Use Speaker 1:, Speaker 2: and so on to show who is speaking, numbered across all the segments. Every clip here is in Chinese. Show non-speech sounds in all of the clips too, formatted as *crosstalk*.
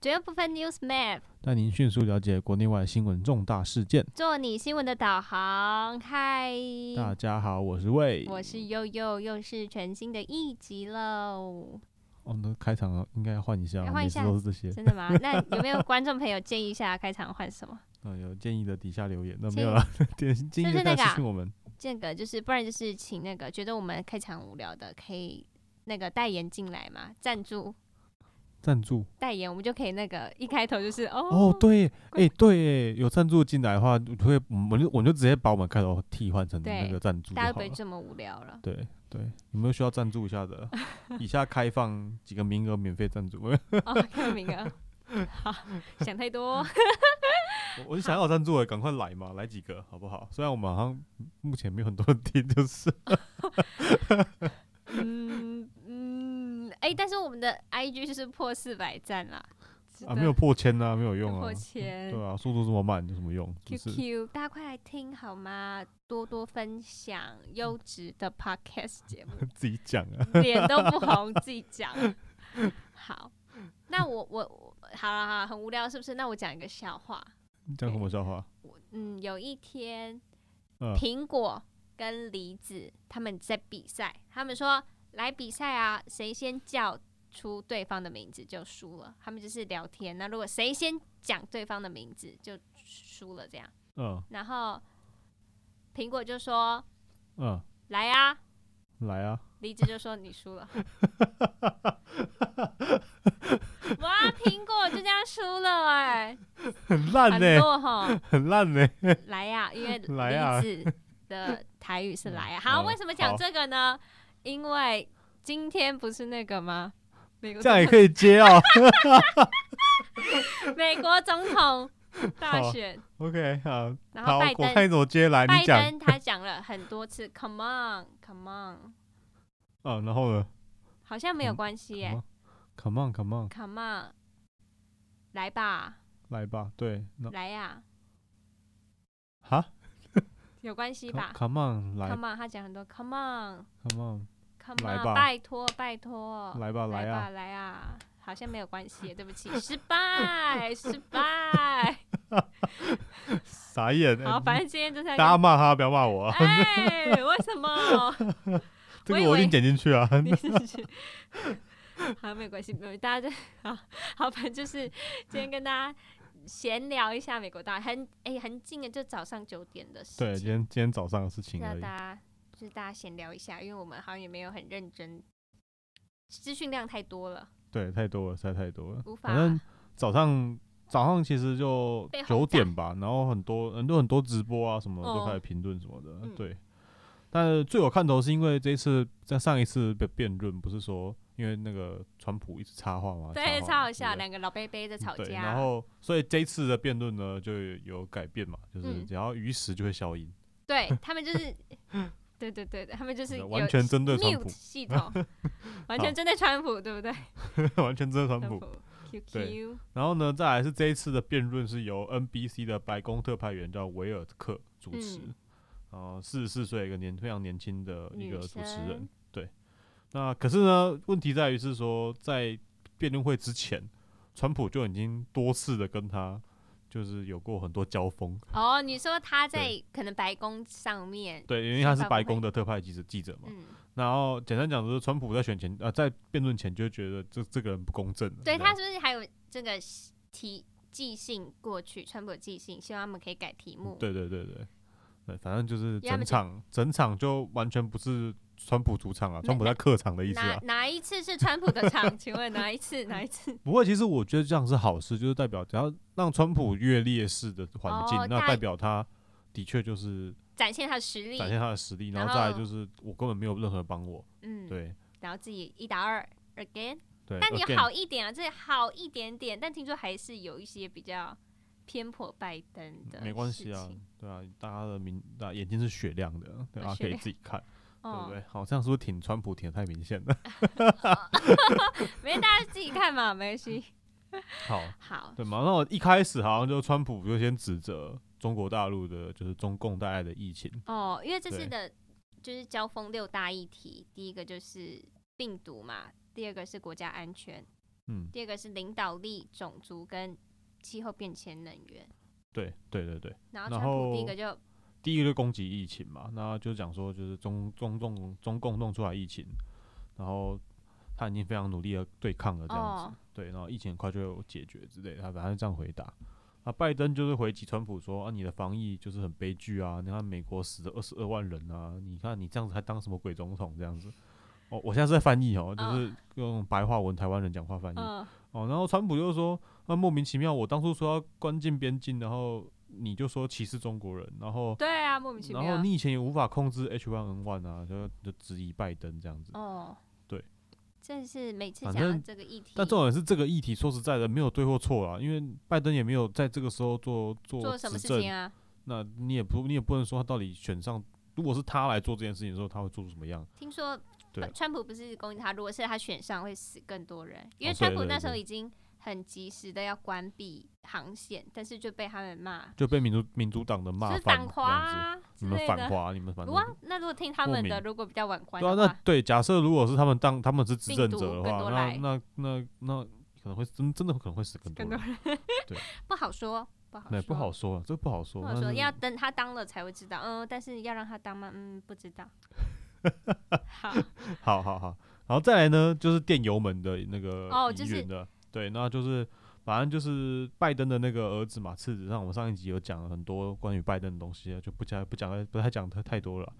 Speaker 1: 主要部分 News Map
Speaker 2: 带您迅速了解国内外新闻重大事件。
Speaker 1: 做你新闻的导航。嗨，
Speaker 2: 大家好，我是魏。
Speaker 1: 我是悠悠，又是全新的一集喽。
Speaker 2: 哦，那开场啊应该要换一下，
Speaker 1: 要哎换一
Speaker 2: 每
Speaker 1: 下
Speaker 2: 次都是这些。
Speaker 1: 真的
Speaker 2: *laughs*
Speaker 1: 吗？那有没有观众朋友建议一下开场换什么？
Speaker 2: 嗯，有建议的底下留言，那
Speaker 1: 建议
Speaker 2: 没有啦， *laughs* 点建议
Speaker 1: 就是那
Speaker 2: 的再
Speaker 1: 个啊
Speaker 2: 私信我们。
Speaker 1: 这个就是，不然就是请那个觉得我们开场无聊的，可以那个代言进来嘛，赞助
Speaker 2: 赞助
Speaker 1: 代言，我们就可以那个一开头就是哦
Speaker 2: 哦，对，
Speaker 1: 怪
Speaker 2: 哎对，有赞助进来的话，我会我们就我们就直接把我们开头替换成
Speaker 1: 对
Speaker 2: 那个赞助就
Speaker 1: 大家
Speaker 2: 好
Speaker 1: 会不会
Speaker 2: 了。
Speaker 1: 这么无聊了？
Speaker 2: 对对，有没有需要赞助一
Speaker 1: *laughs*
Speaker 2: 下的？以下开放几个名额免费赞助。 *laughs* 我
Speaker 1: 哦，看明
Speaker 2: *laughs*
Speaker 1: 啊，好，想太多。
Speaker 2: 我是想要赞助的，赶快来嘛，来几个好不好？虽然我们好像目前没有很多人听，就是
Speaker 1: 嗯嗯，哎、但是我们的 IG 就是破四百赞啦，值
Speaker 2: 啊
Speaker 1: 得
Speaker 2: 没有破千啊，没有用啊
Speaker 1: 破，千。
Speaker 2: 对啊，速度这么慢有什么用？就是
Speaker 1: QQ，大家快来听好吗？多多分享
Speaker 2: 嗯
Speaker 1: 优质的 podcast 节目，
Speaker 2: *laughs*
Speaker 1: *laughs*
Speaker 2: 自己讲啊。
Speaker 1: 脸都不红自己
Speaker 2: *laughs*
Speaker 1: 讲。好，那我我我好了好了，很无聊是不是？那我讲一个笑话。
Speaker 2: 你 *laughs* 讲什么笑话？
Speaker 1: 我嗯，有一天，
Speaker 2: 嗯
Speaker 1: 苹果跟梨子他们在比赛，他们说来比赛啊，谁先叫出对方的名字就输了。他们就是聊天，那如果谁先讲对方的名字就输了这样。
Speaker 2: 嗯
Speaker 1: 然后苹果就说
Speaker 2: 嗯，
Speaker 1: 来啊，
Speaker 2: 来啊！
Speaker 1: 梨子就说你输
Speaker 2: *laughs*
Speaker 1: 了。哇，苹果就这样输了哎、 *laughs*
Speaker 2: 很烂
Speaker 1: 很
Speaker 2: 呢，
Speaker 1: 弱哈。
Speaker 2: 很烂呢。
Speaker 1: 来呀、因为
Speaker 2: *laughs* 来呀
Speaker 1: 梨子的台语是来呀、
Speaker 2: 嗯
Speaker 1: 好，
Speaker 2: 嗯
Speaker 1: 为什么讲
Speaker 2: 好
Speaker 1: 这个呢？因为今天不是那个吗？美国
Speaker 2: 这样也
Speaker 1: 总
Speaker 2: 可以
Speaker 1: *laughs*
Speaker 2: 接哦。
Speaker 1: 统美国总统大选，
Speaker 2: OK，好，
Speaker 1: 然后
Speaker 2: 好，我
Speaker 1: 拜
Speaker 2: 看
Speaker 1: 登，
Speaker 2: 你怎么接来，
Speaker 1: 拜
Speaker 2: 你讲。
Speaker 1: 登他讲了很多次 “come on，come on”，
Speaker 2: 啊，然后呢
Speaker 1: 好像没有关系耶、
Speaker 2: ？Come on，Come on，
Speaker 1: come on，来吧，
Speaker 2: 来吧。对，那
Speaker 1: 来呀、
Speaker 2: 哈
Speaker 1: 有关系吧
Speaker 2: ，Come on，来
Speaker 1: ？come on，他讲很多 “come on，come
Speaker 2: ，Come on，来
Speaker 1: on”，
Speaker 2: 吧
Speaker 1: 拜托，拜托，
Speaker 2: 来吧，
Speaker 1: 来
Speaker 2: 来啊。
Speaker 1: 来啊！好像没有关系，对不起，失败，失
Speaker 2: *laughs*
Speaker 1: 败。
Speaker 2: 傻眼。
Speaker 1: 好，
Speaker 2: 欸
Speaker 1: 反正今天就在
Speaker 2: 大家骂他，不要骂我啊。
Speaker 1: 哎，为什么？
Speaker 2: *laughs* 这
Speaker 1: 我以
Speaker 2: 个我
Speaker 1: 为
Speaker 2: 一定剪进去啊。
Speaker 1: 你是 *laughs* 指好，没有关系，没有，大家就 *laughs* 好好，反正就是今天跟大家闲聊一下美国大很哎、很近的，就早上九点的事
Speaker 2: 对，今
Speaker 1: 情，
Speaker 2: 天今天早上的事情
Speaker 1: 那
Speaker 2: 而已。
Speaker 1: 大家就是大家闲聊一下，因为我们好像也没有很认真，资讯量太多了，
Speaker 2: 对，太多了，实在太多了。
Speaker 1: 无法
Speaker 2: 嗯反正早上早上其实就
Speaker 1: 被轰
Speaker 2: 九
Speaker 1: 炸
Speaker 2: 点吧，然后很多很多很多直播啊什么的
Speaker 1: 哦
Speaker 2: 都开始评论什么的，
Speaker 1: 嗯
Speaker 2: 对。但是最有看头是因为这一次在上一次的辩论，不是说因为那个川普一直插话嘛，
Speaker 1: 对，超
Speaker 2: 话嘛
Speaker 1: 好笑，
Speaker 2: 哦对不对
Speaker 1: 两个老伯伯在吵
Speaker 2: 对，
Speaker 1: 架，
Speaker 2: 然后所以这一次的辩论呢就有改变嘛，就是
Speaker 1: 嗯
Speaker 2: 只要鱼食就会消音， *laughs*
Speaker 1: 对他们就是， *laughs* 对对对，他们就是有
Speaker 2: 完全针对川
Speaker 1: mute 系
Speaker 2: *laughs*
Speaker 1: 统，完全针对川普，对不对？
Speaker 2: 普，完全针对川
Speaker 1: 川 *laughs*
Speaker 2: 普。
Speaker 1: 普 QQ
Speaker 2: 对然后呢，再来是这一次的辩论是由 NBC 的白宫特派员叫维尔克主持，
Speaker 1: 嗯
Speaker 2: 然后四十四岁一个年非常年轻的一个
Speaker 1: 女
Speaker 2: 主持
Speaker 1: 生
Speaker 2: 人。对，那可是呢，问题在于是说，在辩论会之前，川普就已经多次的跟他就是有过很多交锋。
Speaker 1: 哦，你说他在
Speaker 2: 对
Speaker 1: 可能白宫上面，
Speaker 2: 对，因为他
Speaker 1: 是
Speaker 2: 是
Speaker 1: 吧
Speaker 2: 白宫的特派记者记者嘛。
Speaker 1: 嗯，
Speaker 2: 然后简单讲就是，川普在选前呃在辩论前就觉得这这个人不公正了。
Speaker 1: 对
Speaker 2: 这
Speaker 1: 他
Speaker 2: 样
Speaker 1: 是不是还有这个提寄信过去，川普的寄信，希望他们可以改题目，
Speaker 2: 对对对对，对，反正就是
Speaker 1: 嗯因为他
Speaker 2: 整
Speaker 1: 们
Speaker 2: 场整场就完全不是川普主场啊，
Speaker 1: 那
Speaker 2: 川普在客场的意思
Speaker 1: 哪
Speaker 2: 啊。
Speaker 1: 哪一次是川普的场？请问哪一
Speaker 2: *laughs*
Speaker 1: 次？哪一次？
Speaker 2: 不过其实我觉得这样是好事，就是代表只要让川普越劣势的环境，
Speaker 1: 哦
Speaker 2: 那
Speaker 1: 大
Speaker 2: 代表他的确就是
Speaker 1: 展现他的实力
Speaker 2: 展，现他的实力，
Speaker 1: 然
Speaker 2: 然后再来
Speaker 1: 后
Speaker 2: 就是我根本没有任何帮我，
Speaker 1: 嗯，，
Speaker 2: 对
Speaker 1: 然后自己一打二，again。
Speaker 2: 对。
Speaker 1: 但你
Speaker 2: again，
Speaker 1: 好一点啊，这好一点点，但听说还是有一些比较偏颇拜登的，
Speaker 2: 没关系啊，对啊，大家的明大眼睛是雪亮的，对
Speaker 1: 哦
Speaker 2: 啊，
Speaker 1: 雪
Speaker 2: 可以
Speaker 1: 亮
Speaker 2: 自己看，对
Speaker 1: 哦
Speaker 2: 不，对？好像是不是挺川普挺的太 *laughs* 明显了？
Speaker 1: 没大家自己看嘛， *laughs* 没关系。
Speaker 2: 好，
Speaker 1: 好，
Speaker 2: 对嘛？那我一开始好像就川普就先指责中国大陆的，就是中共带来的疫情，
Speaker 1: 哦，因为这次
Speaker 2: 对
Speaker 1: 的就是交锋六大议题，第一个就是病毒嘛，第二个是国家安全，
Speaker 2: 嗯，
Speaker 1: 第二个是领导力、种族跟气候变迁、能源。
Speaker 2: 对对对对，
Speaker 1: 然后
Speaker 2: 然
Speaker 1: 川普第一
Speaker 2: 后
Speaker 1: 个就
Speaker 2: 第一个就攻击疫情嘛，那就讲说就是中中共中共弄出来疫情，然后他已经非常努力的对抗了这样子，
Speaker 1: 哦，
Speaker 2: 对，然后疫情很快就有解决之类的，他反正这样回答。那拜登就是回击川普说啊，你的防疫就是很悲剧啊！你看美国死了二十二万人啊！你看你这样子还当什么鬼总统这样子？哦，我现在是在翻译哦，就是用白话文台湾人讲话翻译。
Speaker 1: 嗯，
Speaker 2: 哦，然后川普就说，那莫名其妙，我当初说要关进边境，然后你就说歧视中国人，然后
Speaker 1: 对啊，莫名其
Speaker 2: 然后
Speaker 1: 妙。
Speaker 2: 你以前也无法控制 H1N1 啊，就就质疑拜登这样子。
Speaker 1: 哦，
Speaker 2: 对，
Speaker 1: 真是每次
Speaker 2: 反
Speaker 1: 讲到
Speaker 2: 正
Speaker 1: 这个议题，
Speaker 2: 但重点是这个议题，说实在的，没有对或错啦，因为拜登也没有在这个时候做做
Speaker 1: 做什
Speaker 2: 执
Speaker 1: 么事
Speaker 2: 政，
Speaker 1: 情啊？
Speaker 2: 那你也不你也不能说他到底选上，如果是他来做这件事情的时候，他会做出什么样？
Speaker 1: 听说呃
Speaker 2: 对
Speaker 1: 川普不是攻击他，如果是他选上，会死更多人，因为
Speaker 2: 哦对
Speaker 1: 川普
Speaker 2: 对
Speaker 1: 那时候
Speaker 2: 对
Speaker 1: 已经很及时的要关闭航线，但是就被他们骂，
Speaker 2: 就被民主民主党的骂
Speaker 1: 就是
Speaker 2: 翻
Speaker 1: 反
Speaker 2: 这
Speaker 1: 华
Speaker 2: 样子，
Speaker 1: 啊之
Speaker 2: 你们
Speaker 1: 类
Speaker 2: 反
Speaker 1: 的。
Speaker 2: 华，你们反
Speaker 1: 如
Speaker 2: 正
Speaker 1: 果那如果听他
Speaker 2: 莫
Speaker 1: 们的，
Speaker 2: 名
Speaker 1: 如果比较晚关
Speaker 2: 对啊，
Speaker 1: 的
Speaker 2: 那
Speaker 1: 话，
Speaker 2: 对，假设如果是他们当他们是执
Speaker 1: 病
Speaker 2: 政
Speaker 1: 毒
Speaker 2: 者的
Speaker 1: 更
Speaker 2: 话，
Speaker 1: 多
Speaker 2: 那
Speaker 1: 来
Speaker 2: 那那那可能会真真的可能会死更多
Speaker 1: 更多
Speaker 2: 人，
Speaker 1: 人
Speaker 2: 对
Speaker 1: *laughs* 不好说，不好
Speaker 2: 那
Speaker 1: 说，
Speaker 2: 不好说，啊这不好说。
Speaker 1: 不好
Speaker 2: 但
Speaker 1: 说，
Speaker 2: 是
Speaker 1: 要等他当了才会知道。嗯，但是要让他当吗？嗯，不知
Speaker 2: *laughs*
Speaker 1: 道。好，
Speaker 2: 好好好，然后再来呢，就是电油门的那个
Speaker 1: 哦
Speaker 2: 疑
Speaker 1: 就是
Speaker 2: 云的，对，那就是反正就是拜登的那个儿子嘛，次子。上我们上一集有讲了很多关于拜登的东西啊，就不讲不讲不太讲太太多了。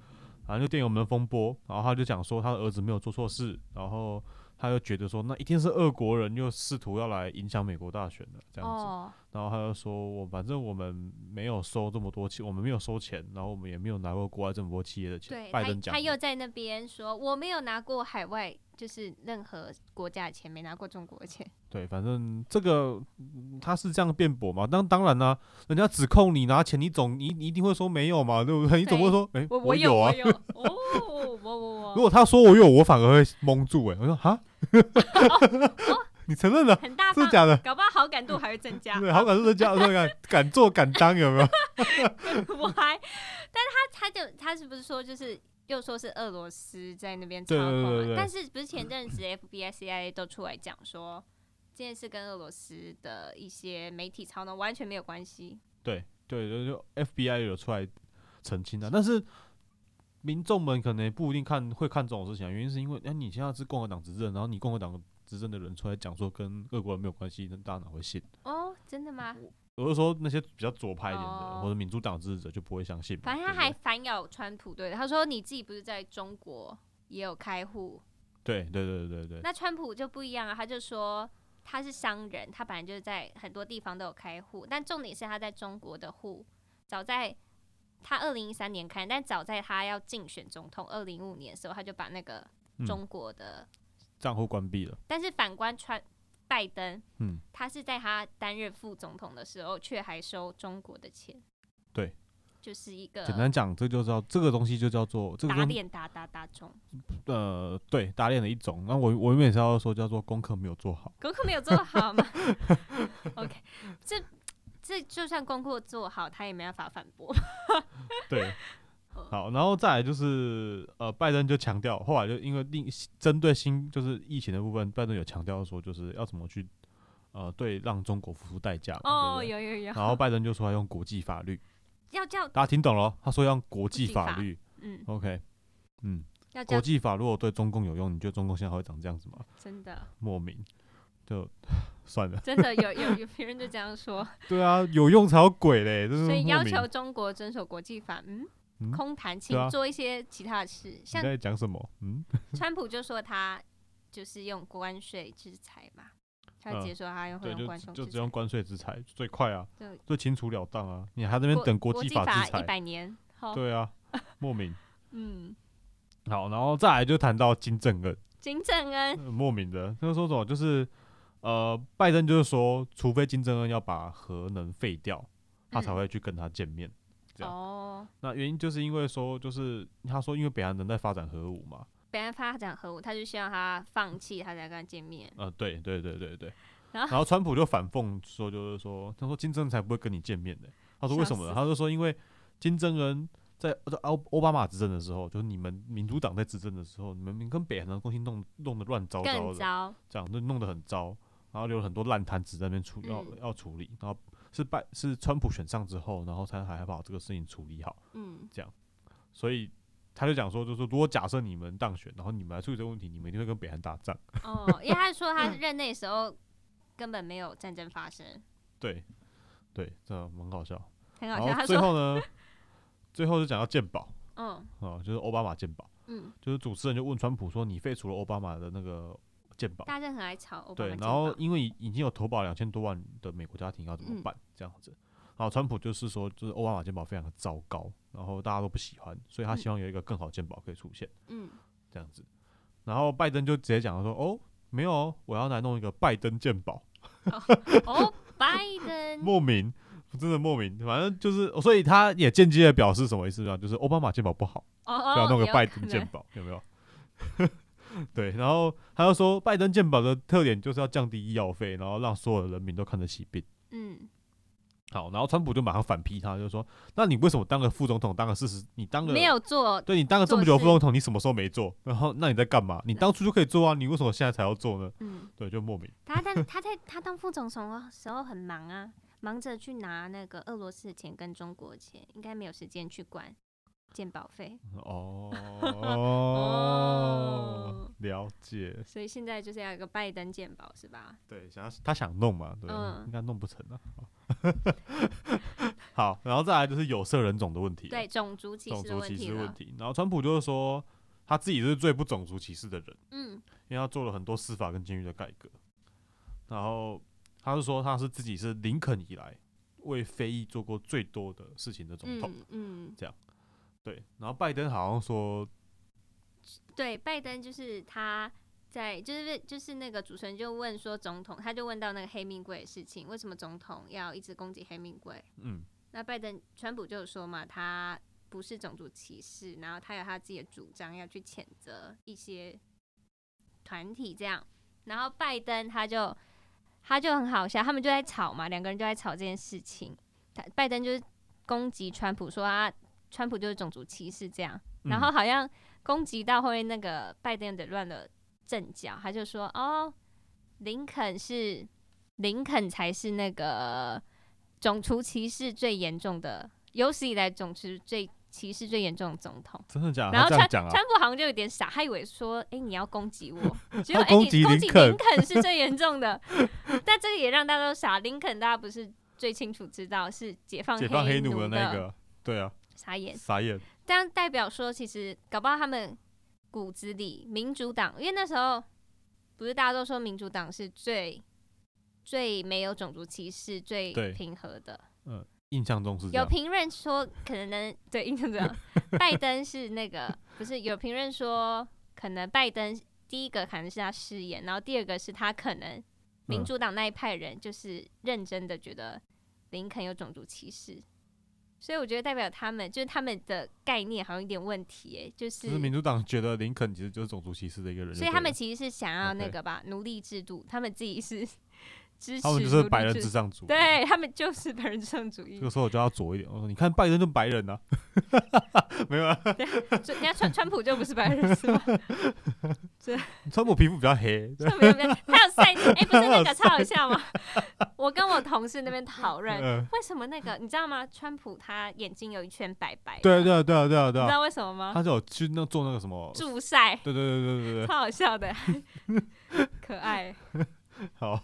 Speaker 2: 反正就电油门风波，然后他就讲说他的儿子没有做错事，然后他又觉得说那一定是俄国人又试图要来影响美国大选的这样子，
Speaker 1: 哦，
Speaker 2: 然后他就说我反正我们没有收这么多钱，我们没有收钱，然后我们也没有拿过国外这么多企业的钱
Speaker 1: 对，。
Speaker 2: 拜
Speaker 1: 他
Speaker 2: 登讲
Speaker 1: 他
Speaker 2: 的
Speaker 1: 又在那边说我没有拿过海外，就是任何国家的钱，没拿过中国的钱。 *laughs*
Speaker 2: 对，反正这个嗯他是这样辩驳嘛，当当然啦、人家指控你拿钱，你总你你一定会说没有嘛，对不对？你总会
Speaker 1: 对
Speaker 2: 说，哎、
Speaker 1: 我
Speaker 2: 我
Speaker 1: 有
Speaker 2: 啊
Speaker 1: 我。有哦，我我我
Speaker 2: 如果他说我有，我反而会蒙住、哎，我说哈， *laughs* 你承认了，
Speaker 1: 很大
Speaker 2: 真
Speaker 1: 方
Speaker 2: 的，假的？
Speaker 1: 搞不好好感度还会增加。
Speaker 2: *laughs* 对，好感度的加，对敢敢做敢当，有没 *laughs* 有？
Speaker 1: *laughs* 我还，但是他他就他是不是说就是又说是俄罗斯在那边操
Speaker 2: 对对
Speaker 1: 控嘛？
Speaker 2: 对对
Speaker 1: 但是不是前阵子 FBI、CIA 都出来讲说这件事跟俄罗斯的一些媒体操弄完全没有关系？
Speaker 2: 对对，就就 FBI 有出来澄清啊了、但是民众们可能也不一定看会看这种事情、啊，原因是因为，哎、你现在是共和党执政，然后你共和党执政的人出来讲说跟俄国人没有关系，那大家哪会信？
Speaker 1: 哦，真的吗？
Speaker 2: 我是说那些比较左派一点的、
Speaker 1: 哦
Speaker 2: 或者民主党支持者就不会相信嘛。
Speaker 1: 反正他
Speaker 2: 对不对
Speaker 1: 还反咬川普对，他说你自己不是在中国也有开户，
Speaker 2: 对对对对对对
Speaker 1: 那川普就不一样啊，他就说他是商人，他本来就是在很多地方都有开户，但重点是他在中国的户，早在他二零一三年开，但早在他要竞选总统二零一五年的时候，他就把那个
Speaker 2: 嗯
Speaker 1: 中国的，
Speaker 2: 账户关闭了。
Speaker 1: 但是反观川拜登，
Speaker 2: 嗯，
Speaker 1: 他是在他担任副总统的时候，却还收中国的钱，
Speaker 2: 对，
Speaker 1: 就是一个
Speaker 2: 简单讲，这就叫这个东西就叫做这个
Speaker 1: 呃打
Speaker 2: 东
Speaker 1: 脸打打打中，
Speaker 2: 呃对打脸的一种。那我我原本是要说叫做功课没有做好。
Speaker 1: 功课没有做好吗 *laughs* ？OK，这这就算功课做好，他也没办法反
Speaker 2: *laughs*
Speaker 1: 驳。 *laughs*
Speaker 2: 对，好，然后再来就是呃，拜登就强调，后来就因为另针对新就是疫情的部分，拜登有强调说就是要怎么去呃对让中国付出代价嘛。
Speaker 1: 哦，
Speaker 2: 对不对
Speaker 1: 有有有，
Speaker 2: 然后拜登就说要用国际法律，
Speaker 1: 要叫
Speaker 2: 大家听懂了哦？他说要用国际
Speaker 1: 国际
Speaker 2: 法
Speaker 1: 法
Speaker 2: 律。
Speaker 1: 嗯，
Speaker 2: OK，嗯，
Speaker 1: 要叫
Speaker 2: 国际法如果对中共有用，你觉得中共现在还会长这样子吗？
Speaker 1: 真的
Speaker 2: 莫名就算了。
Speaker 1: 真的有有有别人就这样说，
Speaker 2: *laughs* 对啊，有用才有鬼嘞，这是
Speaker 1: 所以
Speaker 2: 莫
Speaker 1: 要
Speaker 2: 名
Speaker 1: 求中国遵守国际法，嗯
Speaker 2: 嗯。
Speaker 1: 空谈，
Speaker 2: 对啊
Speaker 1: 请做一些其他的事，
Speaker 2: 你
Speaker 1: 像
Speaker 2: 在讲什么？嗯，
Speaker 1: 川普就说他就是用关税制裁嘛，他
Speaker 2: 嗯
Speaker 1: 直接说他用会
Speaker 2: 对，
Speaker 1: 用
Speaker 2: 就
Speaker 1: 关
Speaker 2: 只
Speaker 1: 税
Speaker 2: 就
Speaker 1: 制
Speaker 2: 只用
Speaker 1: 裁，
Speaker 2: 关税制裁最快啊
Speaker 1: 对，
Speaker 2: 最清楚了当啊。你还在那边等国际法制
Speaker 1: 一
Speaker 2: 裁，
Speaker 1: 百年，好，
Speaker 2: 对啊，莫名。
Speaker 1: *laughs* 嗯，
Speaker 2: 好，然后再来就谈到金正恩， *laughs*
Speaker 1: 金正恩
Speaker 2: 呃莫名的，他说什么就是呃，拜登就是说，除非金正恩要把核能废掉，他才
Speaker 1: 嗯
Speaker 2: 会去跟他见面。这样
Speaker 1: 哦，
Speaker 2: 那原因就是因为说，就是他说，因为北韩人在发展核武嘛，
Speaker 1: 北韩发展核武，他就希望他放弃，他才跟他见面，
Speaker 2: 呃，对对对对对。
Speaker 1: 然后
Speaker 2: 然后川普就反讽说，就是说，他说金正恩才不会跟你见面的。他说为什么呢？
Speaker 1: 笑
Speaker 2: 他就说因为金正恩在在奥奥巴马执政的时候，就是你们民主党在执政的时候，你们跟北韩的关系弄弄得乱糟糟
Speaker 1: 更
Speaker 2: 的，
Speaker 1: 糟，
Speaker 2: 这样就弄得很糟。然后留了很多烂摊子在那边处要、
Speaker 1: 嗯
Speaker 2: 要处理，然后是拜是川普选上之后，然后他才把这个事情处理好，
Speaker 1: 嗯
Speaker 2: 所以他就讲说，就是说如果假设你们当选，然后你们来处理这个问题，你们一定会跟北韩打仗，
Speaker 1: 哦，因为他说他任内时候根本没有战争发生，
Speaker 2: 对对，这很搞笑。
Speaker 1: 很
Speaker 2: 然
Speaker 1: 好笑。
Speaker 2: 后
Speaker 1: 啊他
Speaker 2: 最
Speaker 1: 说，
Speaker 2: 后呢，最后就讲到鉴宝
Speaker 1: 嗯
Speaker 2: 啊、就是奥巴马鉴宝，
Speaker 1: 嗯，
Speaker 2: 就是主持人就问川普说，你废除了奥巴马的那个鉴宝，
Speaker 1: 大家很爱吵奥巴
Speaker 2: 对
Speaker 1: 马，健
Speaker 2: 然后
Speaker 1: 保
Speaker 2: 因为已已经有投保两千多万的美国家庭要怎么
Speaker 1: 嗯
Speaker 2: 办、这样子？然后川普就是说，就是奥巴马健保非常的糟糕，然后大家都不喜欢，所以他希望有一个更好的健保可以出现、
Speaker 1: 嗯
Speaker 2: 这样子。然后拜登就直接讲说，哦，没有哦，我要来弄一个拜登健保，
Speaker 1: 哦，拜登，
Speaker 2: 莫名。真的莫名，反正就是，所以他也间接的表示什么意思啊？就是奥巴马健保不好，
Speaker 1: 哦
Speaker 2: 不
Speaker 1: 哦，
Speaker 2: 要弄个
Speaker 1: 有
Speaker 2: 拜
Speaker 1: 可
Speaker 2: 登健
Speaker 1: 能
Speaker 2: 保，有没有？ *laughs* 对，然后他就说，拜登健保的特点就是要降低医药费，然后让所有的人民都看得起病。
Speaker 1: 嗯
Speaker 2: 好，然后川普就马上反批他，就说：“那你为什么当个副总统，当个四十，你当个
Speaker 1: 没有做，
Speaker 2: 对你当了这么
Speaker 1: 做
Speaker 2: 久
Speaker 1: 事
Speaker 2: 副总统，你什么时候没做？然后那你在干嘛？你当初就可以做啊，你为什么现在才要做呢？
Speaker 1: 嗯，
Speaker 2: 对，就莫名
Speaker 1: 他但他在他当副总统的时候很忙啊，忙着去拿那个俄罗斯的钱跟中国的钱，应该没有时间去管健保费， *laughs*
Speaker 2: 哦
Speaker 1: 哦
Speaker 2: 了解，
Speaker 1: 所以现在就是要有个拜登健保是吧？
Speaker 2: 对，想要他想弄嘛，对，
Speaker 1: 嗯
Speaker 2: 应该弄不成啊。 *laughs* 好，然后再来就是有色人种的问题了，
Speaker 1: 对，种族歧
Speaker 2: 种
Speaker 1: 视的
Speaker 2: 族
Speaker 1: 问
Speaker 2: 歧
Speaker 1: 题
Speaker 2: 视问
Speaker 1: 了，
Speaker 2: 题。然后川普就是说他自己是最不种族歧视的人。”
Speaker 1: 嗯
Speaker 2: 因为他做了很多司法跟监狱的改革，然后他是说他是自己是林肯以来为非裔做过最多的事情的总统，
Speaker 1: 嗯嗯，
Speaker 2: 对，然后拜登好像说，
Speaker 1: 对，拜登就是他。在就是就是那个主持人就问说总统，他就问到那个黑命贵的事情，为什么总统要一直攻击黑命贵？
Speaker 2: 嗯，
Speaker 1: 那拜登、川普就有说嘛，他不是种族歧视，然后他有他自己的主张要去谴责一些团体这样。然后拜登他就他就很好笑，他们就在吵嘛，两个人就在吵这件事情。他拜登就是攻击川普说啊，川普就是种族歧视这样，然后
Speaker 2: 嗯
Speaker 1: 好像攻击到后面那个拜登有点乱了阵脚，他就说哦，林肯是林肯才是那个种族歧视最严重的，有史以来种族最歧视最严重的总统。
Speaker 2: 真的假的？
Speaker 1: 然后
Speaker 2: 他这
Speaker 1: 川
Speaker 2: 样讲啊
Speaker 1: 川？普好像就有点傻，他以为说，哎、你要攻击我，结果
Speaker 2: *laughs* 他
Speaker 1: 哎、
Speaker 2: 攻
Speaker 1: 你
Speaker 2: 击
Speaker 1: 攻
Speaker 2: 林
Speaker 1: 击
Speaker 2: 肯
Speaker 1: 林肯是最严重的，但这个也让大家都傻。林肯大家不是最清楚知道是解放
Speaker 2: 解放黑奴
Speaker 1: 奴
Speaker 2: 的那个，对啊，
Speaker 1: 傻眼，
Speaker 2: 傻眼，
Speaker 1: 这样代表说，其实搞不好他们骨子里民主党，因为那时候不是大家都说民主党是最最没有种族歧视、最
Speaker 2: 对
Speaker 1: 平和的。
Speaker 2: 印象中是这
Speaker 1: 有
Speaker 2: 样，
Speaker 1: 评论说，可能 *laughs* 对印象这样，拜登是那个不是有评论说，可能拜登第一个可能是他失言，然后第二个是他可能民
Speaker 2: 嗯
Speaker 1: 主党那一派人就是认真的觉得林肯有种族歧视，所以我觉得代表他们就是他们的概念好像有点问题、欸，就
Speaker 2: 就是民
Speaker 1: 是。
Speaker 2: 主党觉得林肯其实就是种族歧视的一个人就
Speaker 1: 所
Speaker 2: 对了，
Speaker 1: 以他们其实是想要那
Speaker 2: OK
Speaker 1: 个吧奴隶制度，他们自己是 *laughs* 支持
Speaker 2: 他们就
Speaker 1: 奴
Speaker 2: 是
Speaker 1: 隶
Speaker 2: 白人
Speaker 1: 制
Speaker 2: 至上主义，
Speaker 1: 对他们就是白人至上主义
Speaker 2: 这。个时候我就要左一点，我说你看拜登就白人啊， *laughs* 没有啊，
Speaker 1: 所以人家川川普就不是白人
Speaker 2: *laughs*
Speaker 1: 是吗？
Speaker 2: 川普皮肤比较黑，对
Speaker 1: 特别没有，他有晒，哎、不是那个超好笑
Speaker 2: *laughs*
Speaker 1: 吗？我跟我同事那边讨论，
Speaker 2: 嗯
Speaker 1: 为什么那个你知道吗？川普他眼睛有一圈白白的，
Speaker 2: 对啊对啊对啊对啊
Speaker 1: 你
Speaker 2: 对
Speaker 1: 知
Speaker 2: 啊，
Speaker 1: 道为什么吗？
Speaker 2: 他就有去那做那个什么，
Speaker 1: 助晒，
Speaker 2: 对对对对对对，
Speaker 1: 超好笑的， *laughs* 可爱。
Speaker 2: 好，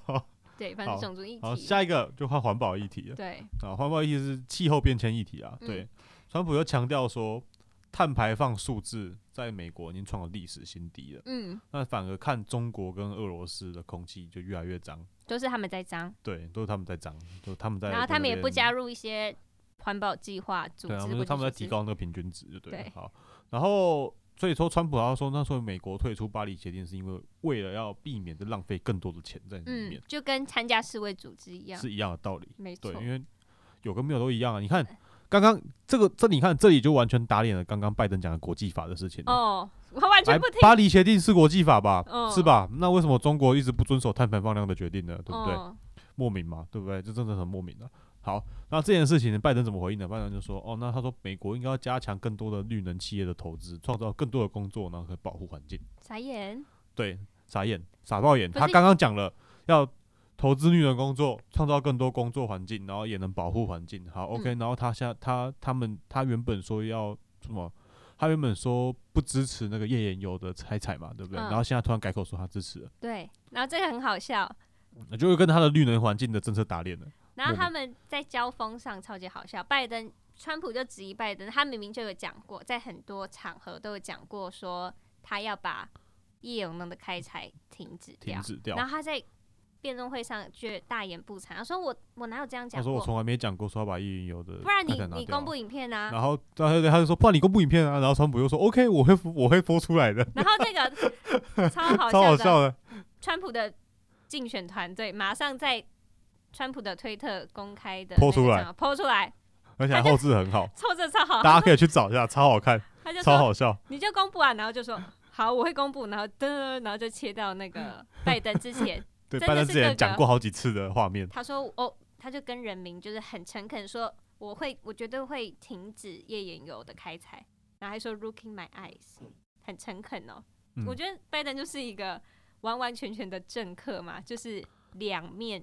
Speaker 1: 对，反正
Speaker 2: 好
Speaker 1: 种族议
Speaker 2: 好，
Speaker 1: 题，
Speaker 2: 下一个就换环保议题了。
Speaker 1: 对，
Speaker 2: 啊，环保议题是气候变迁议题啊。
Speaker 1: 嗯
Speaker 2: 对，川普又强调说，碳排放数字在美国已经创了历史新低了。
Speaker 1: 嗯，
Speaker 2: 那反而看中国跟俄罗斯的空气就越来越脏，
Speaker 1: 都是他们在脏，
Speaker 2: 对，都是他们在脏，就他们在，
Speaker 1: 然后他们也不
Speaker 2: 加，
Speaker 1: 加入一些环保计划组
Speaker 2: 对
Speaker 1: 织，
Speaker 2: 啊，他们
Speaker 1: 或
Speaker 2: 就
Speaker 1: 者
Speaker 2: 他们在
Speaker 1: 组织
Speaker 2: 提，高那个平均值，就对了。
Speaker 1: 对
Speaker 2: 好，然后所以说，川普他说，那时候美国退出巴黎协定是因为为了要避免就浪费更多的钱在里
Speaker 1: 嗯
Speaker 2: 面，，
Speaker 1: 就跟参加世卫组织一样，
Speaker 2: 是一样的道理。
Speaker 1: 没错
Speaker 2: 对，，因为有跟没有都一样啊。你看刚刚这个，这你看这里就完全打脸了刚刚拜登讲的国际法的事情了。
Speaker 1: 哦，我完
Speaker 2: 哎
Speaker 1: 全不听，
Speaker 2: 巴黎协定是国际法吧？
Speaker 1: 嗯
Speaker 2: 是吧？那为什么中国一直不遵守碳排放量的决定呢？对不对？
Speaker 1: 哦
Speaker 2: 莫名嘛，对不对？这真的很莫名的、啊好，那这件事情拜登怎么回应呢？拜登就说：“哦，那他说美国应该要加强更多的绿能企业的投资，创造更多的工作，然后可以保护环境。
Speaker 1: 傻眼，”
Speaker 2: 对，傻眼，傻爆眼。
Speaker 1: 不是
Speaker 2: 他刚刚讲了要投资女的工作，创造更多工作环境，然后也能保护环境。好，OK、然后
Speaker 1: 嗯
Speaker 2: 他现在他他们他原本说要什么？他原本说不支持那个页岩油的开采嘛，对不对？
Speaker 1: 嗯
Speaker 2: 然后现在突然改口说他支持了，
Speaker 1: 对，然后这个很好笑，
Speaker 2: 那就会跟他的绿能环境的政策打脸了。
Speaker 1: 然后
Speaker 2: 莫名
Speaker 1: 他们在交锋上超级好笑，拜登、川普就质疑拜登，他明明就有讲过，在很多场合都有讲过说他要把页永能的开采停止
Speaker 2: 停
Speaker 1: 掉，
Speaker 2: 止掉。
Speaker 1: 然后他在辩论会上却大言不惭，他说我我哪有这样
Speaker 2: 他
Speaker 1: 讲
Speaker 2: 说我
Speaker 1: 过？
Speaker 2: 从来没讲过说要把页岩油的
Speaker 1: 不然
Speaker 2: 开
Speaker 1: 你
Speaker 2: 采拿
Speaker 1: 你
Speaker 2: 掉啊
Speaker 1: 公布影片啊，
Speaker 2: 然后对对对，他就说不然你公布影片啊。然后川普又说 OK，我会播我会播出来的，
Speaker 1: 然后那个超好
Speaker 2: *laughs* 超
Speaker 1: 笑
Speaker 2: 好
Speaker 1: 的，
Speaker 2: 笑的。
Speaker 1: 川普的竞选团队马上在川普的推特公开的
Speaker 2: po 出来
Speaker 1: 抛出来，
Speaker 2: 而且还后置很好，
Speaker 1: 凑这超好，
Speaker 2: 大家可以去找一下，超好看，
Speaker 1: 他 *laughs* 就
Speaker 2: 超
Speaker 1: 说
Speaker 2: 好笑。
Speaker 1: 你就公布啊，然后就说好，我会公布，然后噔，然后就切到那个拜登之前，
Speaker 2: 对，
Speaker 1: 真的
Speaker 2: 拜登
Speaker 1: 是
Speaker 2: 之
Speaker 1: 各
Speaker 2: 前
Speaker 1: 个
Speaker 2: 讲过好几次的画面，
Speaker 1: 他说哦，他就跟人民就是很诚恳说，我会，我绝对会停止页岩油的开采，然后还说 look in my eyes，很诚恳哦。
Speaker 2: 嗯
Speaker 1: 我觉得拜登就是一个完完全全的政客嘛，就是两面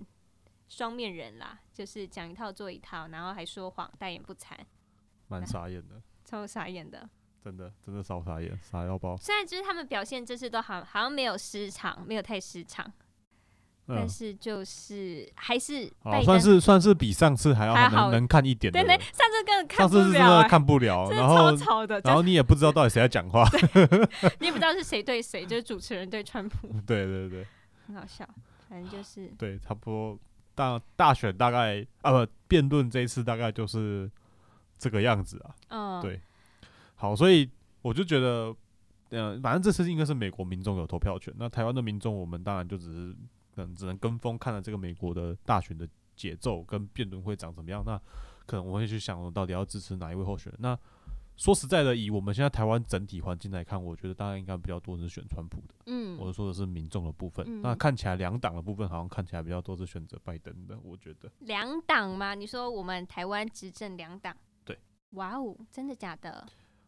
Speaker 1: 双面人啦，就是讲一套做一套，然后还说谎，大言不惭，
Speaker 2: 蛮傻眼
Speaker 1: *laughs*
Speaker 2: 的，
Speaker 1: 超傻眼的。
Speaker 2: 真的真的超傻眼，傻腰包。
Speaker 1: 虽然就是他们表现这次都好好像没有失常，没有太失常，
Speaker 2: 嗯
Speaker 1: 但，是就是还是拜
Speaker 2: 好，
Speaker 1: 登
Speaker 2: 算是算是比上次还要
Speaker 1: 还好
Speaker 2: 能能看一点的
Speaker 1: 对对，
Speaker 2: 了。
Speaker 1: 上次根本看
Speaker 2: 上
Speaker 1: 不
Speaker 2: 次是真
Speaker 1: 了、
Speaker 2: 的
Speaker 1: 欸，
Speaker 2: 看不了，
Speaker 1: 真的
Speaker 2: 然后
Speaker 1: 超吵的，就
Speaker 2: 然后你也不知道到底谁在讲话。
Speaker 1: 你也不知道是谁对谁，就是主持 *laughs* 人对川普，
Speaker 2: *laughs* 对对对
Speaker 1: 很好笑。反正就是
Speaker 2: 对，差不多大大选大概啊不辩论这一次大概就是这个样子啊。
Speaker 1: 嗯，
Speaker 2: 对好，所以我就觉得，呃，反正这次应该是美国民众有投票权，那台湾的民众我们当然就只是嗯只能跟风看了这个美国的大选的节奏跟辩论会长怎么样，那可能我会去想我到底要支持哪一位候选人。那说实在的，以我们现在台湾整体环境来看，我觉得大家应该比较多是选川普的。
Speaker 1: 嗯，
Speaker 2: 我说的是民众的部分。
Speaker 1: 嗯
Speaker 2: 那看起来两党的部分好像看起来比较多是选择拜登的，我觉得。
Speaker 1: 两党吗？你说我们台湾执政两党？
Speaker 2: 对。
Speaker 1: 哇哦，真的假的？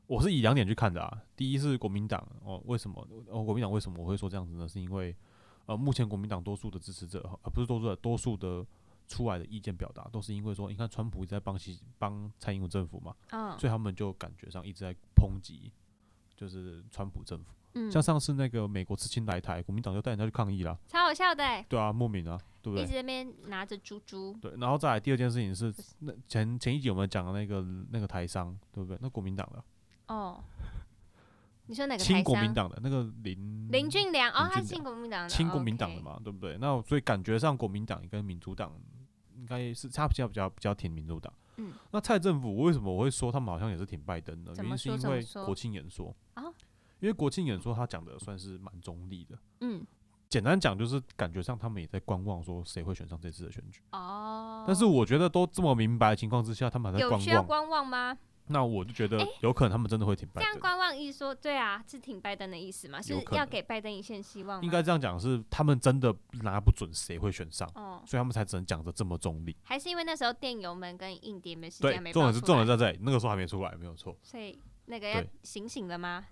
Speaker 2: 我是以两点去看的啊。第一是国民党哦，为什么哦？国民党为什么我会说这样子呢？是因为呃，目前国民党多数的支持者，呃，不是多数的，多数的出来的意见表达，都是因为说，你看川普一直在帮习帮蔡英文政府嘛，
Speaker 1: 嗯
Speaker 2: 所以他们就感觉上一直在抨击，就是川普政府。
Speaker 1: 嗯，
Speaker 2: 像上次那个美国刺青来台，国民党就带人家去抗议啦，
Speaker 1: 超好笑的欸、
Speaker 2: 对啊，莫名啊，对不
Speaker 1: 一
Speaker 2: 对
Speaker 1: 直？在那边拿着猪猪，
Speaker 2: 对，然后再来第二件事情是，那前前一集我们讲的那个那个台商，对不对？那国民党的，
Speaker 1: 哦，你说哪个
Speaker 2: 亲
Speaker 1: 台
Speaker 2: 国民
Speaker 1: 商？
Speaker 2: 党的那个林
Speaker 1: 林俊良哦，
Speaker 2: 林
Speaker 1: 他
Speaker 2: 俊
Speaker 1: 亲国民党的，
Speaker 2: 亲国民党的
Speaker 1: OK？
Speaker 2: 嘛，对不对？那我所以感觉上国民党跟民主党应该是差比较比较比较挺民主党。
Speaker 1: 嗯，
Speaker 2: 那蔡政府为什么我会说他们好像也是挺拜登的？
Speaker 1: 怎
Speaker 2: 原
Speaker 1: 么
Speaker 2: 因是
Speaker 1: 说
Speaker 2: 因
Speaker 1: 怎么
Speaker 2: 为
Speaker 1: 说
Speaker 2: 国庆演说
Speaker 1: 啊
Speaker 2: 因为国庆演说他讲的算是蛮中立的。
Speaker 1: 嗯，
Speaker 2: 简单讲就是感觉上他们也在观望，说谁会选上这次的选举。
Speaker 1: 哦，
Speaker 2: 但是我觉得都这么明白的情况之下，他们还在
Speaker 1: 有
Speaker 2: 观
Speaker 1: 需要
Speaker 2: 望，
Speaker 1: 观望吗？
Speaker 2: 那我就觉得
Speaker 1: 诶
Speaker 2: 有可能他们真的会挺
Speaker 1: 这
Speaker 2: 拜
Speaker 1: 样
Speaker 2: 登。
Speaker 1: 观望一说，对啊，是挺拜登的意思嘛？是
Speaker 2: 有可
Speaker 1: 要
Speaker 2: 能
Speaker 1: 给拜登一线希望吗？
Speaker 2: 应该这样讲是他们真的拿不准谁会选上，
Speaker 1: 哦，
Speaker 2: 所以他们才只能讲的这么中立。
Speaker 1: 还是因为那时候电邮门跟硬碟没时
Speaker 2: 对
Speaker 1: 间，没
Speaker 2: 重
Speaker 1: 爆
Speaker 2: 点是重
Speaker 1: 出
Speaker 2: 点
Speaker 1: 来，
Speaker 2: 在这里，那个时候还没出来，没有错，
Speaker 1: 所以那个要
Speaker 2: 对
Speaker 1: 醒醒了吗？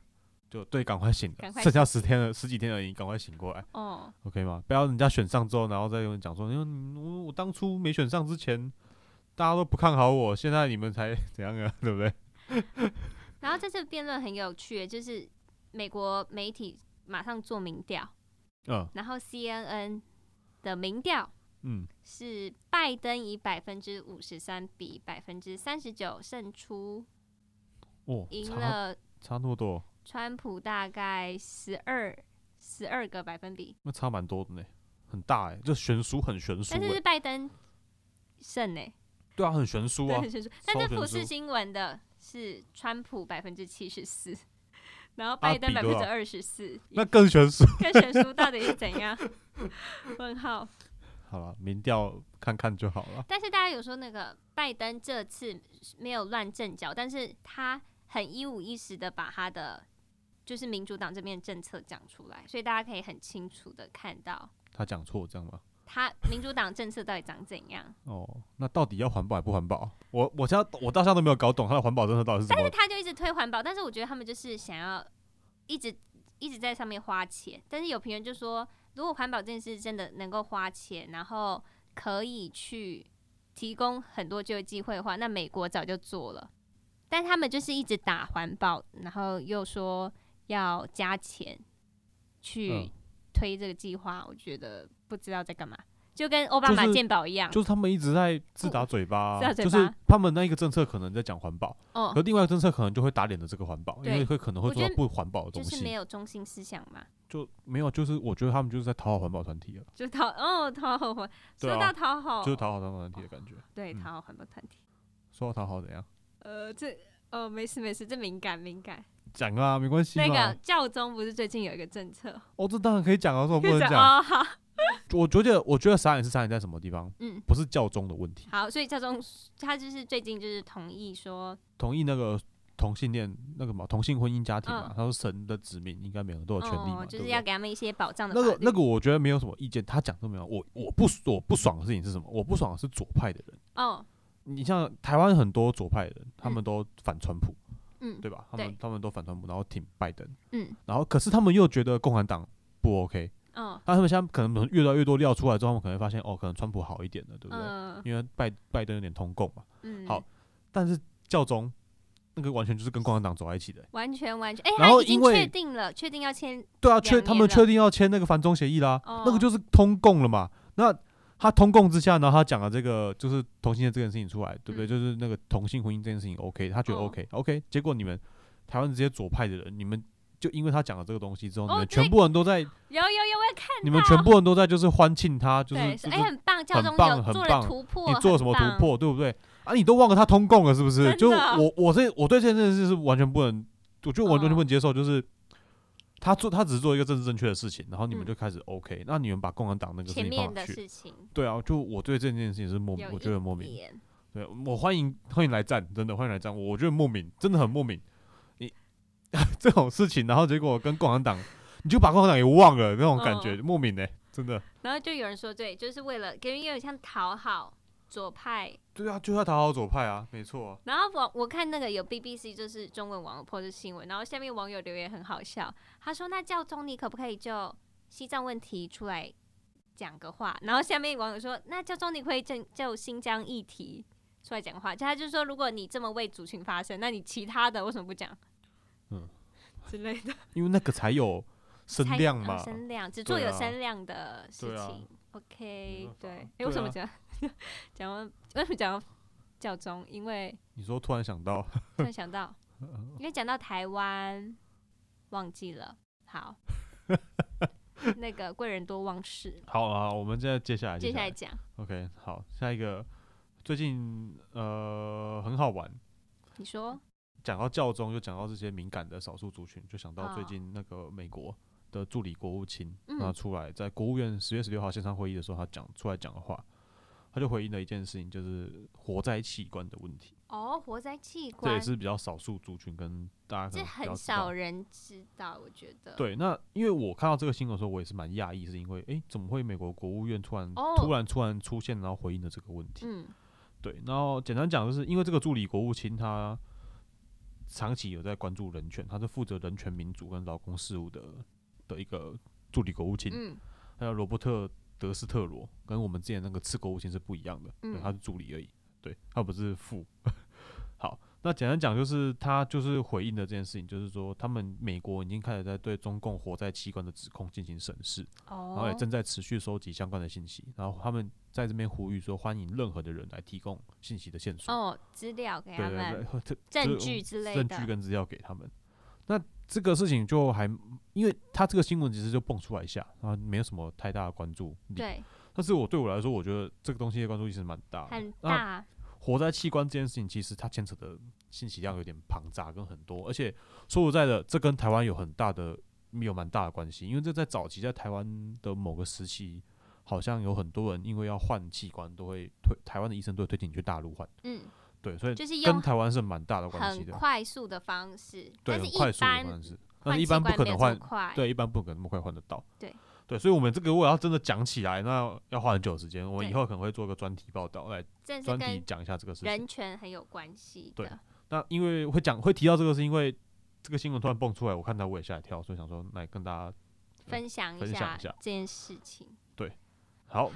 Speaker 2: 就对，赶快醒
Speaker 1: 赶
Speaker 2: 了，
Speaker 1: 快
Speaker 2: 剩下十天了，十几天而已，赶快醒过来
Speaker 1: 哦，
Speaker 2: ，OK 吗？不要人家选上之后，然后再有人讲说，因为你我我当初没选上之前，大家都不看好我，现在你们才 *laughs* 怎样啊，对不对？
Speaker 1: 然后这次辩论很有趣，就是美国媒体马上做民调，
Speaker 2: 嗯
Speaker 1: 然后 CNN 的民调
Speaker 2: 嗯，
Speaker 1: 是拜登以百分之五十三比百分之三十九胜出，
Speaker 2: 哦，
Speaker 1: 赢
Speaker 2: 差
Speaker 1: 了
Speaker 2: 差那么多，
Speaker 1: 川普大概十二十二个百分比，
Speaker 2: 那差蛮多的呢，很大哎、这悬殊很悬殊
Speaker 1: 但是
Speaker 2: 哎、
Speaker 1: 是拜登胜呢、
Speaker 2: 对啊，很悬殊啊
Speaker 1: 对，，是但是
Speaker 2: 超悬
Speaker 1: 富士
Speaker 2: 殊
Speaker 1: 新闻的是川普百分之七十四，然后
Speaker 2: 啊
Speaker 1: 拜登
Speaker 2: 比
Speaker 1: 百分
Speaker 2: 多
Speaker 1: 之
Speaker 2: 少
Speaker 1: 二十四， *laughs*
Speaker 2: 那更悬殊。
Speaker 1: 跟悬殊到底是怎样？问号。
Speaker 2: 好了，民调看看就好了，
Speaker 1: 但是大家有说那个拜登这次没有乱阵脚，但是他很一五一十的把他的就是民主党这边的政策讲出来，所以大家可以很清楚的看到
Speaker 2: 他讲错这样吗？
Speaker 1: 他民主党政策到底长怎样。
Speaker 2: 哦，那到底要环保还不环保？我我现在我到现在都没有搞懂它的环保政策到底是怎么。
Speaker 1: 他就一直推环保，但是我觉得他们就是想要一直一直在上面花钱，但是有评论就说，如果环保这件事真的能够花钱，然后可以去提供很多就业机会的话，那美国早就做了。但他们就是一直打环保，然后又说要加钱去
Speaker 2: 嗯
Speaker 1: 推这个计划，我觉得不知道在干嘛，就跟奥巴马
Speaker 2: 就是
Speaker 1: 健保一样。
Speaker 2: 就是他们一直在自打嘴巴啊、
Speaker 1: 自打嘴
Speaker 2: 就
Speaker 1: 巴
Speaker 2: 是他们那一个政策可能在讲环保，
Speaker 1: 哦
Speaker 2: 可，另外一个政策可能就会打脸的这个环保，因
Speaker 1: 对
Speaker 2: 为会可能会
Speaker 1: 我
Speaker 2: 做
Speaker 1: 觉得
Speaker 2: 到不环保的
Speaker 1: 就
Speaker 2: 东
Speaker 1: 是没
Speaker 2: 西，
Speaker 1: 有中心思想嘛，
Speaker 2: 就没有，就是我觉得他们就是在讨好环保团体了，
Speaker 1: 就讨哦讨好，
Speaker 2: 对啊
Speaker 1: 说到讨好，
Speaker 2: 就是讨好环保团体的感觉。
Speaker 1: 对
Speaker 2: 嗯
Speaker 1: 讨好很多团体。
Speaker 2: 说到讨好怎样？
Speaker 1: 呃，这呃没事没事，这敏感敏感。
Speaker 2: 讲啊，没关系
Speaker 1: 那
Speaker 2: 嘛。
Speaker 1: 个教宗不是最近有一个政
Speaker 2: *laughs*
Speaker 1: 策，
Speaker 2: 哦，这当然可以讲啊，为什么不
Speaker 1: *laughs*
Speaker 2: 能讲？
Speaker 1: 哦好，
Speaker 2: 我觉得，我觉得傻眼是傻眼在什么地方？
Speaker 1: 嗯，
Speaker 2: 不是教宗的问题，
Speaker 1: 好，所以教宗他就是最近就是同意说，
Speaker 2: 同意那个同性恋那个嘛，同性婚姻家庭嘛
Speaker 1: 嗯，
Speaker 2: 他说神的子民应该每个人都有权利嘛，
Speaker 1: 哦，
Speaker 2: 对
Speaker 1: 就
Speaker 2: 不
Speaker 1: 是
Speaker 2: 对
Speaker 1: 要给他们一些保障的
Speaker 2: 那
Speaker 1: 法
Speaker 2: 个
Speaker 1: 律。
Speaker 2: 那个，我觉得没有什么意见。他讲都没有。我我不我不爽的事情是什么？我不爽的是左派的人。
Speaker 1: 哦，
Speaker 2: 你像台湾很多左派的人，他们都反川普，
Speaker 1: 嗯
Speaker 2: 对吧？他们
Speaker 1: 对
Speaker 2: 他们都反川普，然后挺拜登，
Speaker 1: 嗯
Speaker 2: 然后可是他们又觉得共产党不 OK。
Speaker 1: 哦
Speaker 2: 那他们现在可能越来越多料出来之后，他们可能会发现哦，可能川普好一点了，对不对？
Speaker 1: 嗯
Speaker 2: 因为拜拜登有点通共嘛。
Speaker 1: 嗯，
Speaker 2: 好，但是教宗那个完全就是跟共产党走在一起的、
Speaker 1: 完全完全，哎，
Speaker 2: 然
Speaker 1: 他
Speaker 2: 后
Speaker 1: 已经
Speaker 2: 因为
Speaker 1: 确定了，确定要签，
Speaker 2: 对啊，
Speaker 1: 两
Speaker 2: 确他
Speaker 1: 年了
Speaker 2: 们确定要签那个反中协议啦，那
Speaker 1: 哦
Speaker 2: 个就是通共了嘛。那他通共之下，然后他讲了这个就是同性恋这件事情出来，对不对？
Speaker 1: 嗯
Speaker 2: 就是那个同性婚姻这件事情 OK，他觉得
Speaker 1: 哦
Speaker 2: OK、OK。结果你们台湾这些左派的人，你们就因为他讲了这个东西之后，你
Speaker 1: 哦
Speaker 2: 们
Speaker 1: 对
Speaker 2: 全部人都在，
Speaker 1: 有有有，我也看
Speaker 2: 你们全部人都在就是欢庆他，就是
Speaker 1: 对，
Speaker 2: 就
Speaker 1: 说
Speaker 2: 是
Speaker 1: 哎很棒，教
Speaker 2: 很
Speaker 1: 宗
Speaker 2: 棒
Speaker 1: 有
Speaker 2: 很
Speaker 1: 做
Speaker 2: 棒
Speaker 1: 了突破，
Speaker 2: 你做了什么
Speaker 1: 很棒
Speaker 2: 突？破，对不对？啊，你都忘了他通共了是不是？
Speaker 1: 真
Speaker 2: 就
Speaker 1: 的
Speaker 2: 我我这我对这件事是完全不能，我觉得
Speaker 1: 嗯
Speaker 2: 我完全不能接受，就是他做他只是做一个政治正确的事情，然后你们
Speaker 1: 嗯
Speaker 2: 就开始 OK，、那你们把共产党那个事
Speaker 1: 前
Speaker 2: 情
Speaker 1: 面
Speaker 2: 放
Speaker 1: 的
Speaker 2: 上去，
Speaker 1: 事情
Speaker 2: 对啊，就我对这件事情是莫
Speaker 1: 有
Speaker 2: 我
Speaker 1: 一
Speaker 2: 觉得莫名，
Speaker 1: 点，
Speaker 2: 对我欢迎欢迎来战，真的欢迎来战，我觉得莫名真的很莫名，你 *laughs* 这种事情，然后结果跟共产党，你就把共产党给忘了那种
Speaker 1: 嗯
Speaker 2: 感觉，莫名呢、欸真的。
Speaker 1: 然后就有人说，对，就是为了给人有点像讨好左派
Speaker 2: 对啊，就要讨好左派啊，没错、啊。
Speaker 1: 然后我我看那个有 BBC 就是中文网友 po 的新闻，然后下面网友留言很好笑，他说那教宗你可不可以就西藏问题出来讲个话？然后下面网友说那教宗你可不可以就就新疆议题出来讲个话？就他就说如果你这么为族群发声，那你其他的为什么不讲？
Speaker 2: 嗯，
Speaker 1: 之类的
Speaker 2: 因为那个才有声
Speaker 1: 才
Speaker 2: 量
Speaker 1: 嗯
Speaker 2: 嘛。
Speaker 1: 声量只做
Speaker 2: 对
Speaker 1: 有
Speaker 2: 啊
Speaker 1: 声量的事
Speaker 2: 对啊
Speaker 1: 情。OK，对，
Speaker 2: 办法
Speaker 1: 哎、为什么
Speaker 2: 对啊
Speaker 1: 讲 *laughs* 讲到为什么讲到教宗？因为
Speaker 2: 你说突然想到，
Speaker 1: 突然想到，因为讲到台湾，忘记了。
Speaker 2: *laughs*
Speaker 1: 好，那个贵人多忘事，
Speaker 2: *laughs* 好啊，我们现在接下来
Speaker 1: 接下来讲
Speaker 2: OK，好，下一个最近呃很好玩，
Speaker 1: 你说
Speaker 2: 讲到教宗，又讲到这些敏感的少数族群，就想到最
Speaker 1: 哦
Speaker 2: 近那个美国的助理国务卿，
Speaker 1: 嗯
Speaker 2: 他出来在国务院十月十六号线上会议的时候，他讲出来讲的话。他就回应了一件事情，就是活在器官的问题，
Speaker 1: 哦，活在器
Speaker 2: 这也
Speaker 1: 官，
Speaker 2: 是比较少数族群跟大家可
Speaker 1: 这
Speaker 2: 能比较
Speaker 1: 很
Speaker 2: 知道
Speaker 1: 少人知道，我觉得。，
Speaker 2: 对，那因为我看到这个新闻的时候，我也是蛮讶异，是因为诶，怎么会美国国务院突然、
Speaker 1: 哦
Speaker 2: 突然突然出现，然后回应了这个问题？
Speaker 1: 嗯
Speaker 2: 对，然后简单讲，就是因为这个助理国务卿他长期有在关注人权，他是负责人权、民主跟劳工事务的的一个助理国务卿，
Speaker 1: 嗯
Speaker 2: 还有罗伯特·德斯特罗，跟我们之前那个次国务卿是不一样的，对，
Speaker 1: 嗯
Speaker 2: 他是助理而已，对他不是副。 *laughs* 好，那简单讲就是他就是回应的这件事情，就是说他们美国已经开始在对中共活在器官的指控进行审视，然后也
Speaker 1: 哦，
Speaker 2: 正在持续收集相关的信息，然后他们在这边呼吁说欢迎任何的人来提供信息的线索，
Speaker 1: 哦，资料给他
Speaker 2: 对对
Speaker 1: 们，
Speaker 2: 对，这
Speaker 1: 证
Speaker 2: 就
Speaker 1: 据之类
Speaker 2: 证据
Speaker 1: 的，
Speaker 2: 跟资料给他们。那这个事情就还，因为他这个新闻其实就蹦出来一下，然后没有什么太大的关注力。
Speaker 1: 对，
Speaker 2: 但是我对我来说，我觉得这个东西的关注力其实蛮大的。
Speaker 1: 很
Speaker 2: 那
Speaker 1: 大，
Speaker 2: 活在器官这件事情，其实它牵扯的信息量有点庞杂跟很多，而且说实在的，这跟台湾有很大的有蛮大的关系，因为这在早期在台湾的某个时期，好像有很多人因为要换器官，都会推台湾的医生都会推荐你去大陆换，
Speaker 1: 嗯，
Speaker 2: 对，所以
Speaker 1: 就是
Speaker 2: 跟
Speaker 1: 用
Speaker 2: 台湾是蛮大的关系
Speaker 1: 很
Speaker 2: 的，
Speaker 1: 快速的方式，
Speaker 2: 对，
Speaker 1: 但
Speaker 2: 很
Speaker 1: 是
Speaker 2: 快
Speaker 1: 一
Speaker 2: 速的
Speaker 1: 般
Speaker 2: 方式，但
Speaker 1: 换
Speaker 2: 是一
Speaker 1: 器
Speaker 2: 般
Speaker 1: 官
Speaker 2: 不可
Speaker 1: 没有
Speaker 2: 能
Speaker 1: 这么
Speaker 2: 换，
Speaker 1: 快，
Speaker 2: 对，一般不可能那么快换得到，
Speaker 1: 对
Speaker 2: 对，所以我们这个如果要真的讲起来，那要花很久的时间，我们以
Speaker 1: 对
Speaker 2: 后可能会做个专题报道来
Speaker 1: 这是
Speaker 2: 专题
Speaker 1: 跟
Speaker 2: 讲一下这个事情。
Speaker 1: 人权很有关系
Speaker 2: 对
Speaker 1: 的，
Speaker 2: 那因为会讲会提到这个，是因为这个新闻突然蹦出来，我看到我也吓一跳，所以想说来跟大家
Speaker 1: 分享
Speaker 2: 分
Speaker 1: 一
Speaker 2: 享
Speaker 1: 下
Speaker 2: 一下
Speaker 1: 这件事情。
Speaker 2: 好，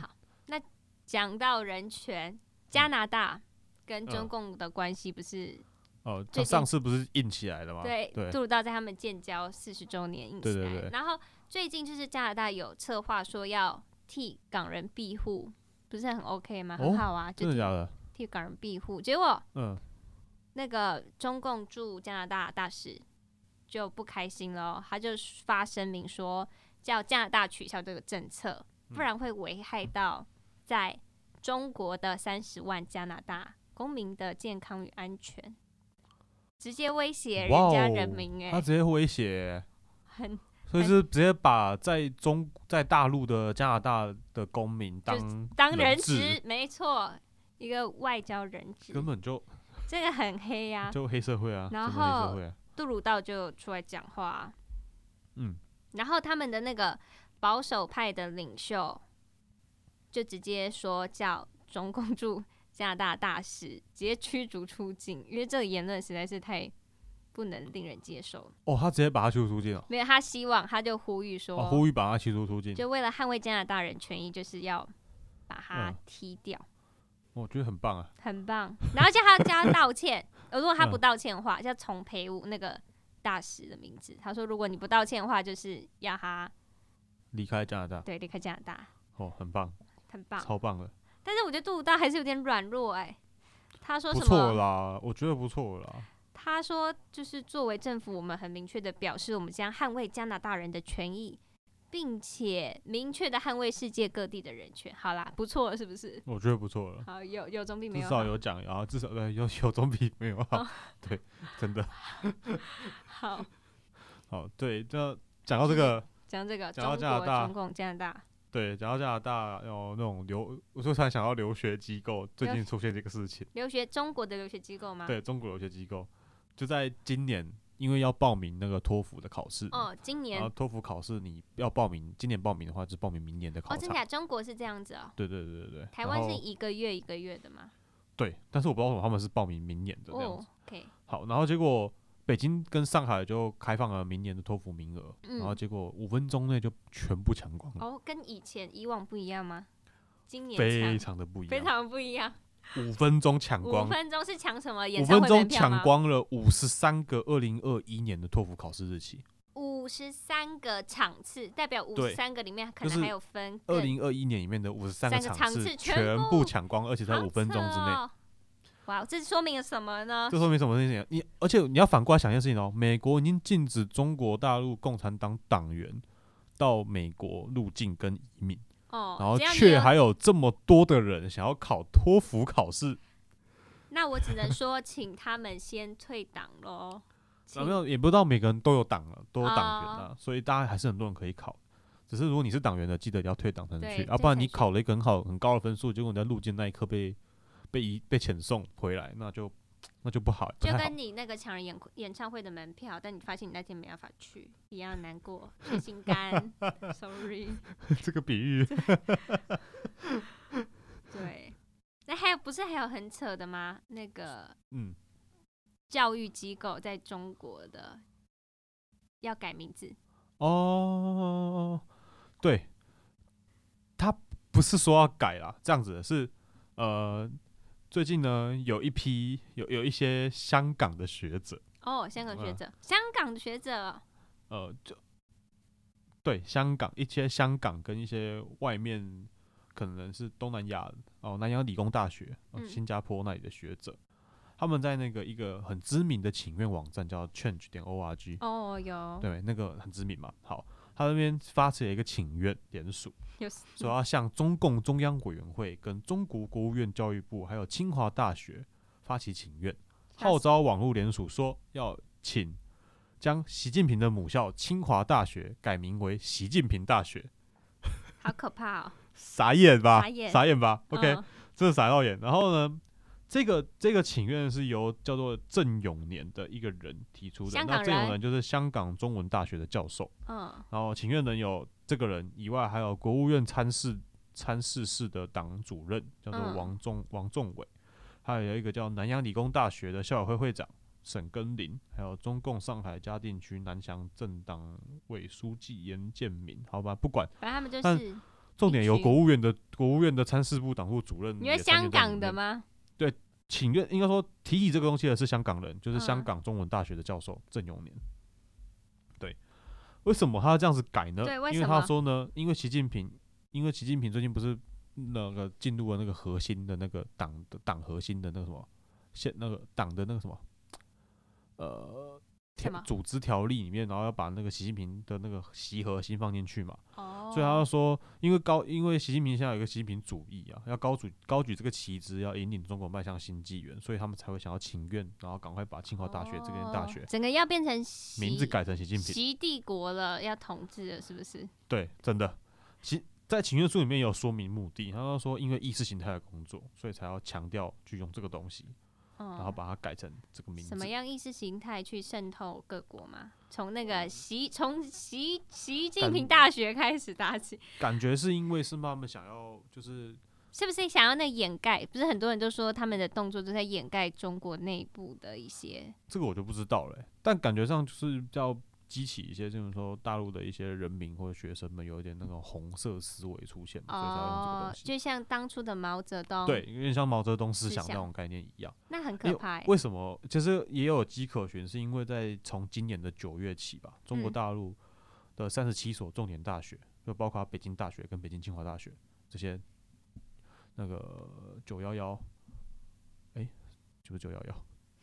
Speaker 1: 那讲到人权，加拿大跟
Speaker 2: 嗯
Speaker 1: 中共的关系不是、
Speaker 2: 哦，
Speaker 1: 最
Speaker 2: 他
Speaker 1: 近
Speaker 2: 上次不是硬起来了吗？
Speaker 1: 对
Speaker 2: 啊对，
Speaker 1: 杜鲁道在他们建交四十周年应起
Speaker 2: 对对
Speaker 1: 来
Speaker 2: 对
Speaker 1: 然后最近就是加拿大有策划说要替港人庇护，不是很 OK 吗？
Speaker 2: 哦
Speaker 1: 很好啊，
Speaker 2: 真
Speaker 1: 就
Speaker 2: 的
Speaker 1: 替
Speaker 2: 假的？
Speaker 1: 替港人庇护，结果
Speaker 2: 嗯，
Speaker 1: 那个中共驻加拿大大使就不开心了，他就发声明说，叫加拿大取消这个政策，
Speaker 2: 嗯
Speaker 1: 不然会危害到在中国的三十万加拿大公民的健康与安全，直接威胁
Speaker 2: 哇
Speaker 1: 人
Speaker 2: 哦
Speaker 1: 家人民、
Speaker 2: 他
Speaker 1: 哎，
Speaker 2: 直接威胁，
Speaker 1: 很
Speaker 2: 所以是直接把在中在大陆的加拿大的公民当
Speaker 1: 当人
Speaker 2: 质，
Speaker 1: 质，没错，一个外交人质，
Speaker 2: 根本就
Speaker 1: 这个很黑呀、
Speaker 2: 就黑社会啊，
Speaker 1: 然
Speaker 2: 真的黑社
Speaker 1: 后
Speaker 2: 会啊，
Speaker 1: 杜鲁道就出来讲话、
Speaker 2: 嗯，
Speaker 1: 然后他们的那个保守派的领袖就直接说叫中共驻加拿大大使直接驱逐出境，因为这个言论实在是太不能令人接受了。
Speaker 2: 哦，他直接把他驱逐出境了，
Speaker 1: 没有，他希望他就呼吁说，
Speaker 2: 哦，呼吁把他驱逐出境，
Speaker 1: 就为了捍卫加拿大人权益，就是要把他
Speaker 2: 嗯
Speaker 1: 踢掉，
Speaker 2: 我觉得很棒啊，
Speaker 1: 很棒。然后叫他叫他道
Speaker 2: *laughs*
Speaker 1: 歉，呃如果他不
Speaker 2: 嗯
Speaker 1: 道歉的话，叫重培武那个大使的名字。他说，如果你不道歉的话，就是要他
Speaker 2: 离开加拿大，
Speaker 1: 对离开加拿大，
Speaker 2: 哦，很棒，
Speaker 1: 很棒。
Speaker 2: 超棒的，
Speaker 1: 但是我觉得杜鲁道还是有点软弱哎、他说
Speaker 2: 不
Speaker 1: 什
Speaker 2: 错
Speaker 1: 么？
Speaker 2: 啦，我觉得不错啦，
Speaker 1: 他说就是作为政府，我们很明确的表示，我们将捍卫加拿大人的权益，并且明确的捍卫世界各地的人权。好啦，不错了是不是？
Speaker 2: 我觉得不错了。
Speaker 1: 好，有有总比没
Speaker 2: 嗯至
Speaker 1: 有啊哦
Speaker 2: 少
Speaker 1: 好。
Speaker 2: 有讲，然后至少对有有总比没有好， *laughs* 对，真的
Speaker 1: 好，
Speaker 2: 好，对，这讲到这个，
Speaker 1: 讲这个中
Speaker 2: 讲到加拿
Speaker 1: 国、
Speaker 2: 大
Speaker 1: 中共、加拿大，
Speaker 2: 对，讲到加拿大有那种留，我就突然想到留学机构最近出现这个事情，
Speaker 1: 留学中国的留学机构吗？。
Speaker 2: 对，中国留学机构就在今年，因为要报名那个托福的考试，
Speaker 1: 哦，今
Speaker 2: 然
Speaker 1: 年
Speaker 2: 后托福考试你要报名，今年报名的话就报名明年的考
Speaker 1: 哦，真
Speaker 2: 场，
Speaker 1: 假？中国是这样子哦。
Speaker 2: 对对对对对，
Speaker 1: 台
Speaker 2: 然
Speaker 1: 湾是
Speaker 2: 后
Speaker 1: 一个月一个月的吗？
Speaker 2: 对，但是我不知道为什么他们是报名明年的这样子
Speaker 1: 哦，，OK，
Speaker 2: 好，然后结果北京跟上海就开放了明年的托福名额，
Speaker 1: 嗯
Speaker 2: 然后结果五分钟内就全部抢光了，
Speaker 1: 哦，跟以前以往不一样吗？今年
Speaker 2: 非
Speaker 1: 抢
Speaker 2: 常的不一
Speaker 1: 非
Speaker 2: 样，
Speaker 1: 常不一样。
Speaker 2: 五分钟抢
Speaker 1: 五
Speaker 2: 光，
Speaker 1: 分钟是抢什么演
Speaker 2: 五
Speaker 1: 唱
Speaker 2: 分
Speaker 1: 会门
Speaker 2: 钟
Speaker 1: 票吗
Speaker 2: 抢？光了五十三个二零二一年的托福考试日期，
Speaker 1: 五十三个场次，代表五
Speaker 2: 对
Speaker 1: 十三个里面可
Speaker 2: 就是
Speaker 1: 能还有分更
Speaker 2: 二零二一年里面的五十三
Speaker 1: 三个
Speaker 2: 场
Speaker 1: 场次全
Speaker 2: 全
Speaker 1: 部
Speaker 2: 抢光，而且在
Speaker 1: 好
Speaker 2: 五分钟之
Speaker 1: 扯
Speaker 2: 内，
Speaker 1: 哦哇，这说明了什么呢？
Speaker 2: 这说明什么事情啊？你而且你要反过来想一件事情哦，美国已经禁止中国大陆共产党党员到美国入境跟移民。
Speaker 1: 哦，
Speaker 2: 然后
Speaker 1: 这样你
Speaker 2: 却
Speaker 1: 有
Speaker 2: 还有这么多的人想要考托福考试，
Speaker 1: 那我只能说，请他们先退党
Speaker 2: *laughs*
Speaker 1: 喽。
Speaker 2: 然
Speaker 1: 请
Speaker 2: 后也不知道每个人都有党了，都有党员
Speaker 1: 哦
Speaker 2: 啊，所以大家还是很多人可以考。只是如果你是党员的，记得要退党才能去，
Speaker 1: 对
Speaker 2: 要、不然你
Speaker 1: 这才是
Speaker 2: 考了一个很好很高的分数，结果你在入境那一刻被被移被遣送回来，那就那就不好，不
Speaker 1: 就
Speaker 2: 太好
Speaker 1: 跟。你那个抢了演演唱会的门票，但你发现你那天没办法去，一样难过，最心
Speaker 2: *laughs*
Speaker 1: 肝，sorry。
Speaker 2: *laughs* 这个
Speaker 1: *laughs*
Speaker 2: 比喻，
Speaker 1: 对，那还有不是还有很扯的吗？那个
Speaker 2: 嗯，
Speaker 1: 教育机构在中国的要改名字，
Speaker 2: 哦，对，他不是说要改啦，这样子的是，呃，最近呢有一批有有一些香港的学者，
Speaker 1: 哦，香港学
Speaker 2: 嗯
Speaker 1: 者，香港的学者，
Speaker 2: 呃，就对香港一些香港跟一些外面可能是东南亚哦，南洋理工大学、哦
Speaker 1: 嗯
Speaker 2: 新加坡那里的学者，他们在那个一个很知名的请愿网站叫 change 点 org，、
Speaker 1: 哦，有
Speaker 2: 对，那个很知名嘛。好，他那边发起了一个请愿联署，
Speaker 1: 有，
Speaker 2: 说要向中共中央委员会、跟中国国务院教育部还有清华大学发起请愿。号召网络联署说要请将习近平的母校清华大学改名为习近平大学，
Speaker 1: 好可怕哦。
Speaker 2: 傻眼吧？
Speaker 1: 傻眼
Speaker 2: 吧？OK，、
Speaker 1: 嗯
Speaker 2: 真的傻到眼。然后呢，这个这个请愿是由叫做郑永年的一个人提出的。
Speaker 1: 香港
Speaker 2: 那郑永
Speaker 1: 人
Speaker 2: 年就是香港中文大学的教授。
Speaker 1: 嗯，
Speaker 2: 然后请愿人有这个人以外，还有国务院参事参事室的党主任叫做
Speaker 1: 嗯
Speaker 2: 王仲、王仲伟，还有一个叫南洋理工大学的校友会会长沈根林，还有中共上海嘉定区南翔政党委书记严建敏，好吧，不管，
Speaker 1: 反正他们就
Speaker 2: 但
Speaker 1: 是，
Speaker 2: 重点
Speaker 1: 地
Speaker 2: 有
Speaker 1: 区
Speaker 2: 国务院的国务院的参事部党部主任，
Speaker 1: 你觉得香港的？吗？
Speaker 2: 请愿应该说提起这个东西的是香港人，就是香
Speaker 1: 嗯
Speaker 2: 港中文大学的教授郑永年。对，为什么他要这样子改呢？
Speaker 1: 对为
Speaker 2: 因为
Speaker 1: 什
Speaker 2: 他
Speaker 1: 么
Speaker 2: 说呢，因为习近平，因为习近平最近不是那个进入了那个核心的那个党的党核心的那个什么现那个党的那个什么呃
Speaker 1: 什
Speaker 2: 条
Speaker 1: 么
Speaker 2: 组织条例里面，然后要把那个习近平的那个习核心放进去嘛。
Speaker 1: 哦，
Speaker 2: 所以他就说，因为高，因为习近平现在有一个习近平主义啊，要高举高举这个旗帜，要引领中国迈向新纪元，所以他们才会想要请愿，然后赶快把清华大学、这间大
Speaker 1: 哦
Speaker 2: 学
Speaker 1: 整个要变成习
Speaker 2: 名字改成习近平。
Speaker 1: 习帝国了，要统治了，是不是？
Speaker 2: 对，真的，其在请愿书里面也有说明目的，他就说因为意识形态的工作，所以才要强调去用这个东西，然后
Speaker 1: 嗯，
Speaker 2: 把它改成这个名字
Speaker 1: 什。么样意识形态去渗透各国嘛？从那
Speaker 2: 嗯
Speaker 1: 个习，从习习近平
Speaker 2: 但
Speaker 1: 大学开始打起，
Speaker 2: 感觉是因为是他们想要就是
Speaker 1: 是不是想要那掩盖？不是很多人都说他们的动作都在掩盖中国内部的一些
Speaker 2: 这个我就不知道了欸、但感觉上就是比较激起一些，就是说大陆的一些人民或者学生们有一点那种红色思维出现，嗯所以才要用这个
Speaker 1: 哦
Speaker 2: 东，西。
Speaker 1: 就像当初的毛泽东，
Speaker 2: 对，，有点像毛泽东思
Speaker 1: 思
Speaker 2: 想那
Speaker 1: 想
Speaker 2: 种概念一样。
Speaker 1: 那很
Speaker 2: 因
Speaker 1: 可
Speaker 2: 为
Speaker 1: 怕欸。
Speaker 2: 为什么？其实也有迹可循，是因为在从今年的九月起吧，中国
Speaker 1: 嗯
Speaker 2: 大陆的三十七所重点大学，就包括北京大学跟北京清华大学这些那个九幺幺，哎，就是九幺幺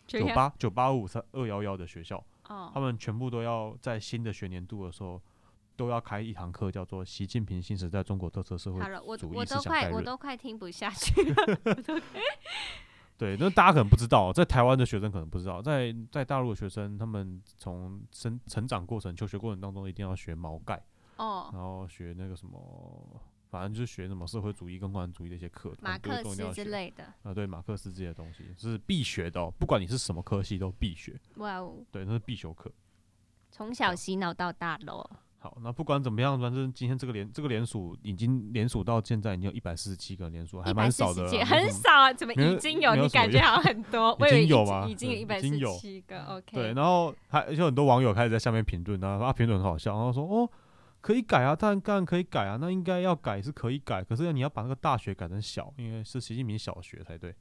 Speaker 1: 就
Speaker 2: 九
Speaker 1: 像
Speaker 2: 八九八五三二幺幺的学校。他
Speaker 1: 哦，
Speaker 2: 们全部都要在新的学年度的时候，都要开一堂课，叫做《习近平新时代中国特色社会
Speaker 1: 好》。了，我
Speaker 2: 主
Speaker 1: 我
Speaker 2: 义思
Speaker 1: 都
Speaker 2: 想概
Speaker 1: 快我
Speaker 2: 论
Speaker 1: 都快听不下去了，
Speaker 2: 对，那大家可能不知道，在台湾的学生可能不知道，在在大陆的学生，他们从生成长过程、求学过程当中，一定要学毛概， *laughs*
Speaker 1: 哦。
Speaker 2: 然后学那个什么，反正就是学什么社会主义跟共产主义的一些课，
Speaker 1: 马
Speaker 2: 很多
Speaker 1: 克
Speaker 2: 都一定要
Speaker 1: 思之
Speaker 2: 学。
Speaker 1: 类的，
Speaker 2: 啊，对，马克思这些东西是必学的哦，不管你是什么科系都必学，
Speaker 1: 哇哦，
Speaker 2: 对，那是必修课。
Speaker 1: 从小洗脑到大喽。
Speaker 2: 好，那不管怎么样，反正今天这个联这个联署已经联署到现在已经有一百四十七个联署，还
Speaker 1: 一
Speaker 2: 蛮
Speaker 1: 百四
Speaker 2: 少的
Speaker 1: 十
Speaker 2: 啦，
Speaker 1: 几，
Speaker 2: 没
Speaker 1: 很
Speaker 2: 什么。
Speaker 1: 少啊，怎么
Speaker 2: 没
Speaker 1: 已
Speaker 2: 有
Speaker 1: 经有？
Speaker 2: 没有
Speaker 1: 你
Speaker 2: 什
Speaker 1: 感
Speaker 2: 么
Speaker 1: 觉
Speaker 2: 用
Speaker 1: 好像很多，我以
Speaker 2: *laughs* 已
Speaker 1: 为
Speaker 2: 经有
Speaker 1: 已
Speaker 2: 吗
Speaker 1: 已经
Speaker 2: 对
Speaker 1: 一百
Speaker 2: 已
Speaker 1: 四
Speaker 2: 经
Speaker 1: 十
Speaker 2: 有
Speaker 1: 七个，OK。
Speaker 2: 对，然后还而且很多网友开始在下面评论啊，啊评论很好笑，然后说哦可以改啊，但当然可以改啊，那应该要改是可以改，可是你要把那个大学改成小，因为是习近平小学才对，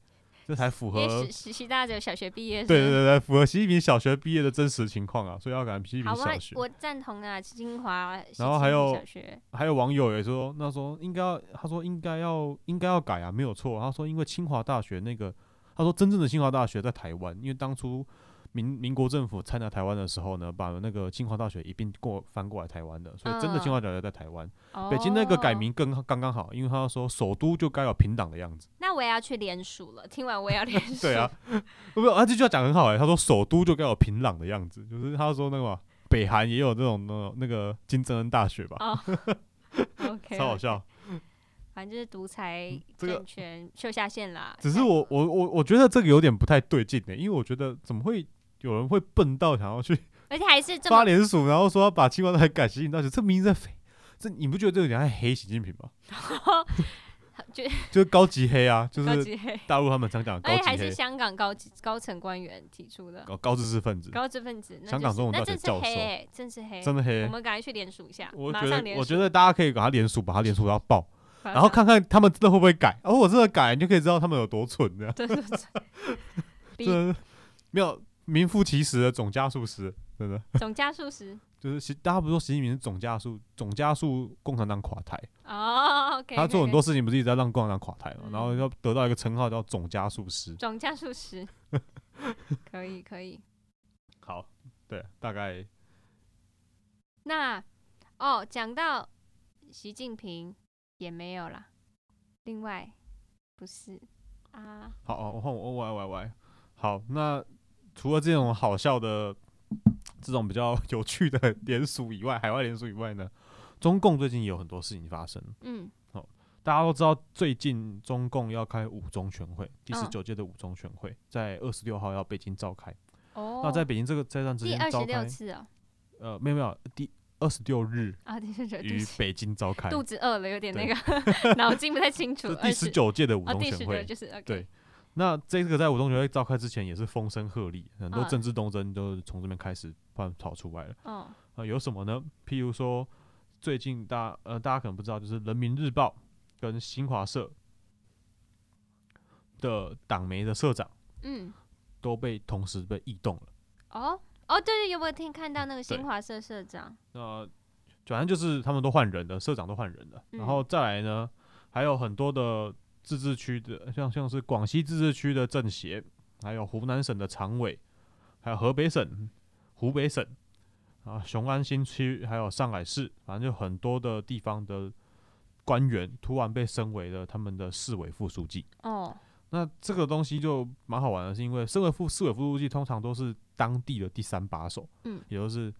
Speaker 2: 这才符合
Speaker 1: 因为实实习大家只有小学毕业，
Speaker 2: 对对对对，符合习近平小学毕业的真实情况啊，所以要改习近
Speaker 1: 好
Speaker 2: 平
Speaker 1: 吧
Speaker 2: 小学，。
Speaker 1: 我赞同啊，清华，
Speaker 2: 然后还有
Speaker 1: 小学，
Speaker 2: 还有网友也说，那时候应该要，他说应该要，应该要改啊，没有错。他说因为清华大学那个，他说真正的清华大学在台湾，因为当初民民国政府参加台湾的时候呢，把那个清华大学一并过翻过来台湾的，所以真的清华大学在台湾。北京那个改
Speaker 1: 哦，
Speaker 2: 名更刚刚好，因为他说首都就该有平党的样子。
Speaker 1: 那我也要去联署了。听完我也要联署，
Speaker 2: *laughs* 对啊，，不是，他这句话讲得很好哎、他说首都就该有平壤的样子，就是他说那个嘛北韩也有这种那种那个金正恩大学吧，
Speaker 1: 哦，OK，
Speaker 2: 超好笑。嗯
Speaker 1: 反正就是独裁
Speaker 2: 这个
Speaker 1: 政权秀下限啦。
Speaker 2: 只是我我我我觉得这个有点不太对劲的、欸因为我觉得怎么会有人会笨到想要去
Speaker 1: 而且还是这
Speaker 2: 发
Speaker 1: 么
Speaker 2: 联署，然后说要把清华大学改习近平大学，这名字在匪这你不觉得这有点在黑习近平吗？
Speaker 1: 就
Speaker 2: 就是高级黑啊，就
Speaker 1: 高
Speaker 2: 是
Speaker 1: 级黑，
Speaker 2: 大陆他们常讲的
Speaker 1: 而且
Speaker 2: 高
Speaker 1: 还
Speaker 2: 级
Speaker 1: 是
Speaker 2: 黑，
Speaker 1: 香港高级高层官员提出的。
Speaker 2: 高高知识分子，
Speaker 1: 高知分子，那
Speaker 2: 香
Speaker 1: 就
Speaker 2: 港
Speaker 1: 是
Speaker 2: 中文
Speaker 1: 那
Speaker 2: 大学
Speaker 1: 真是
Speaker 2: 教
Speaker 1: 黑
Speaker 2: 授
Speaker 1: 欸，真是黑，
Speaker 2: 真的黑
Speaker 1: 我。们赶快去联署一下，
Speaker 2: 我
Speaker 1: 马
Speaker 2: 觉
Speaker 1: 上
Speaker 2: 得
Speaker 1: 联署，
Speaker 2: 我觉得大家可以把它联署，把它联署到爆，
Speaker 1: 马
Speaker 2: 然后
Speaker 1: 上
Speaker 2: 看看他们真的会不会改。而、哦、我真的改，你就可以知道他们有多蠢这
Speaker 1: *laughs*
Speaker 2: 样。
Speaker 1: 对对对，比
Speaker 2: 真的没有名副其实的总加速师，真的。
Speaker 1: 总加数十
Speaker 2: 就是习，大家不是说习近平是总加速，总加速共产党垮台，
Speaker 1: 哦，OK，
Speaker 2: *laughs* 他做很多事情不是一直在让共产党垮台嘛，
Speaker 1: 嗯
Speaker 2: 然后要得到一个称号叫总加速师。
Speaker 1: 总加数十，可以可以，
Speaker 2: 好，对，大概
Speaker 1: 那哦，讲到习近平也没有啦，另外不是啊，
Speaker 2: 好，哦我换我我我我好，那除了这种好笑的、这种比较有趣的 *laughs* 联署以外，海外联署以外呢，中共最近也有很多事情发生。
Speaker 1: 嗯，
Speaker 2: 大家都知道，最近中共要开五中全会，第
Speaker 1: 嗯
Speaker 2: 十九届的五中全会在二十六号要北京召开。
Speaker 1: 哦，
Speaker 2: 那在北京这个这段时
Speaker 1: 第
Speaker 2: 间
Speaker 1: 二
Speaker 2: 召
Speaker 1: 十
Speaker 2: 开
Speaker 1: 六，次哦，
Speaker 2: 呃，没有没有，第二十六日
Speaker 1: 啊，第十九，对
Speaker 2: 于
Speaker 1: 不起
Speaker 2: 北京召开，
Speaker 1: 肚子饿了，有点那
Speaker 2: 对
Speaker 1: 个 *laughs* 脑筋不太清楚
Speaker 2: 这，第
Speaker 1: 20
Speaker 2: 十九届的五
Speaker 1: 哦，
Speaker 2: 中
Speaker 1: 第十
Speaker 2: 全
Speaker 1: 九
Speaker 2: 会。
Speaker 1: 就是 OK，
Speaker 2: 对那这个在五中全会召开之前也是风声鹤唳，很多
Speaker 1: 嗯
Speaker 2: 政治斗争都是从这边开始跑跑出来了。
Speaker 1: 哦，
Speaker 2: 啊、有什么呢？譬如说，最近大呃大家可能不知道，就是《人民日报》跟新华社的党媒的社长
Speaker 1: 嗯，
Speaker 2: 都被同时被异动了。
Speaker 1: 哦，哦，对对，有没有听看到那个
Speaker 2: 对
Speaker 1: 新华社社长？
Speaker 2: 那反正就是他们都换人的，社长都换人的，然后再来呢，还有很多的自治区的，像像是广西自治区的政协，还有湖南省的常委，还有河北省、湖北省啊、雄安新区，还有上海市，反正就很多的地方的官员突然被升为了他们的市委副书记。
Speaker 1: 哦，
Speaker 2: 那这个东西就蛮好玩的，是因为身为副市委副书记，通常都是当地的第三把手，
Speaker 1: 嗯
Speaker 2: 也就是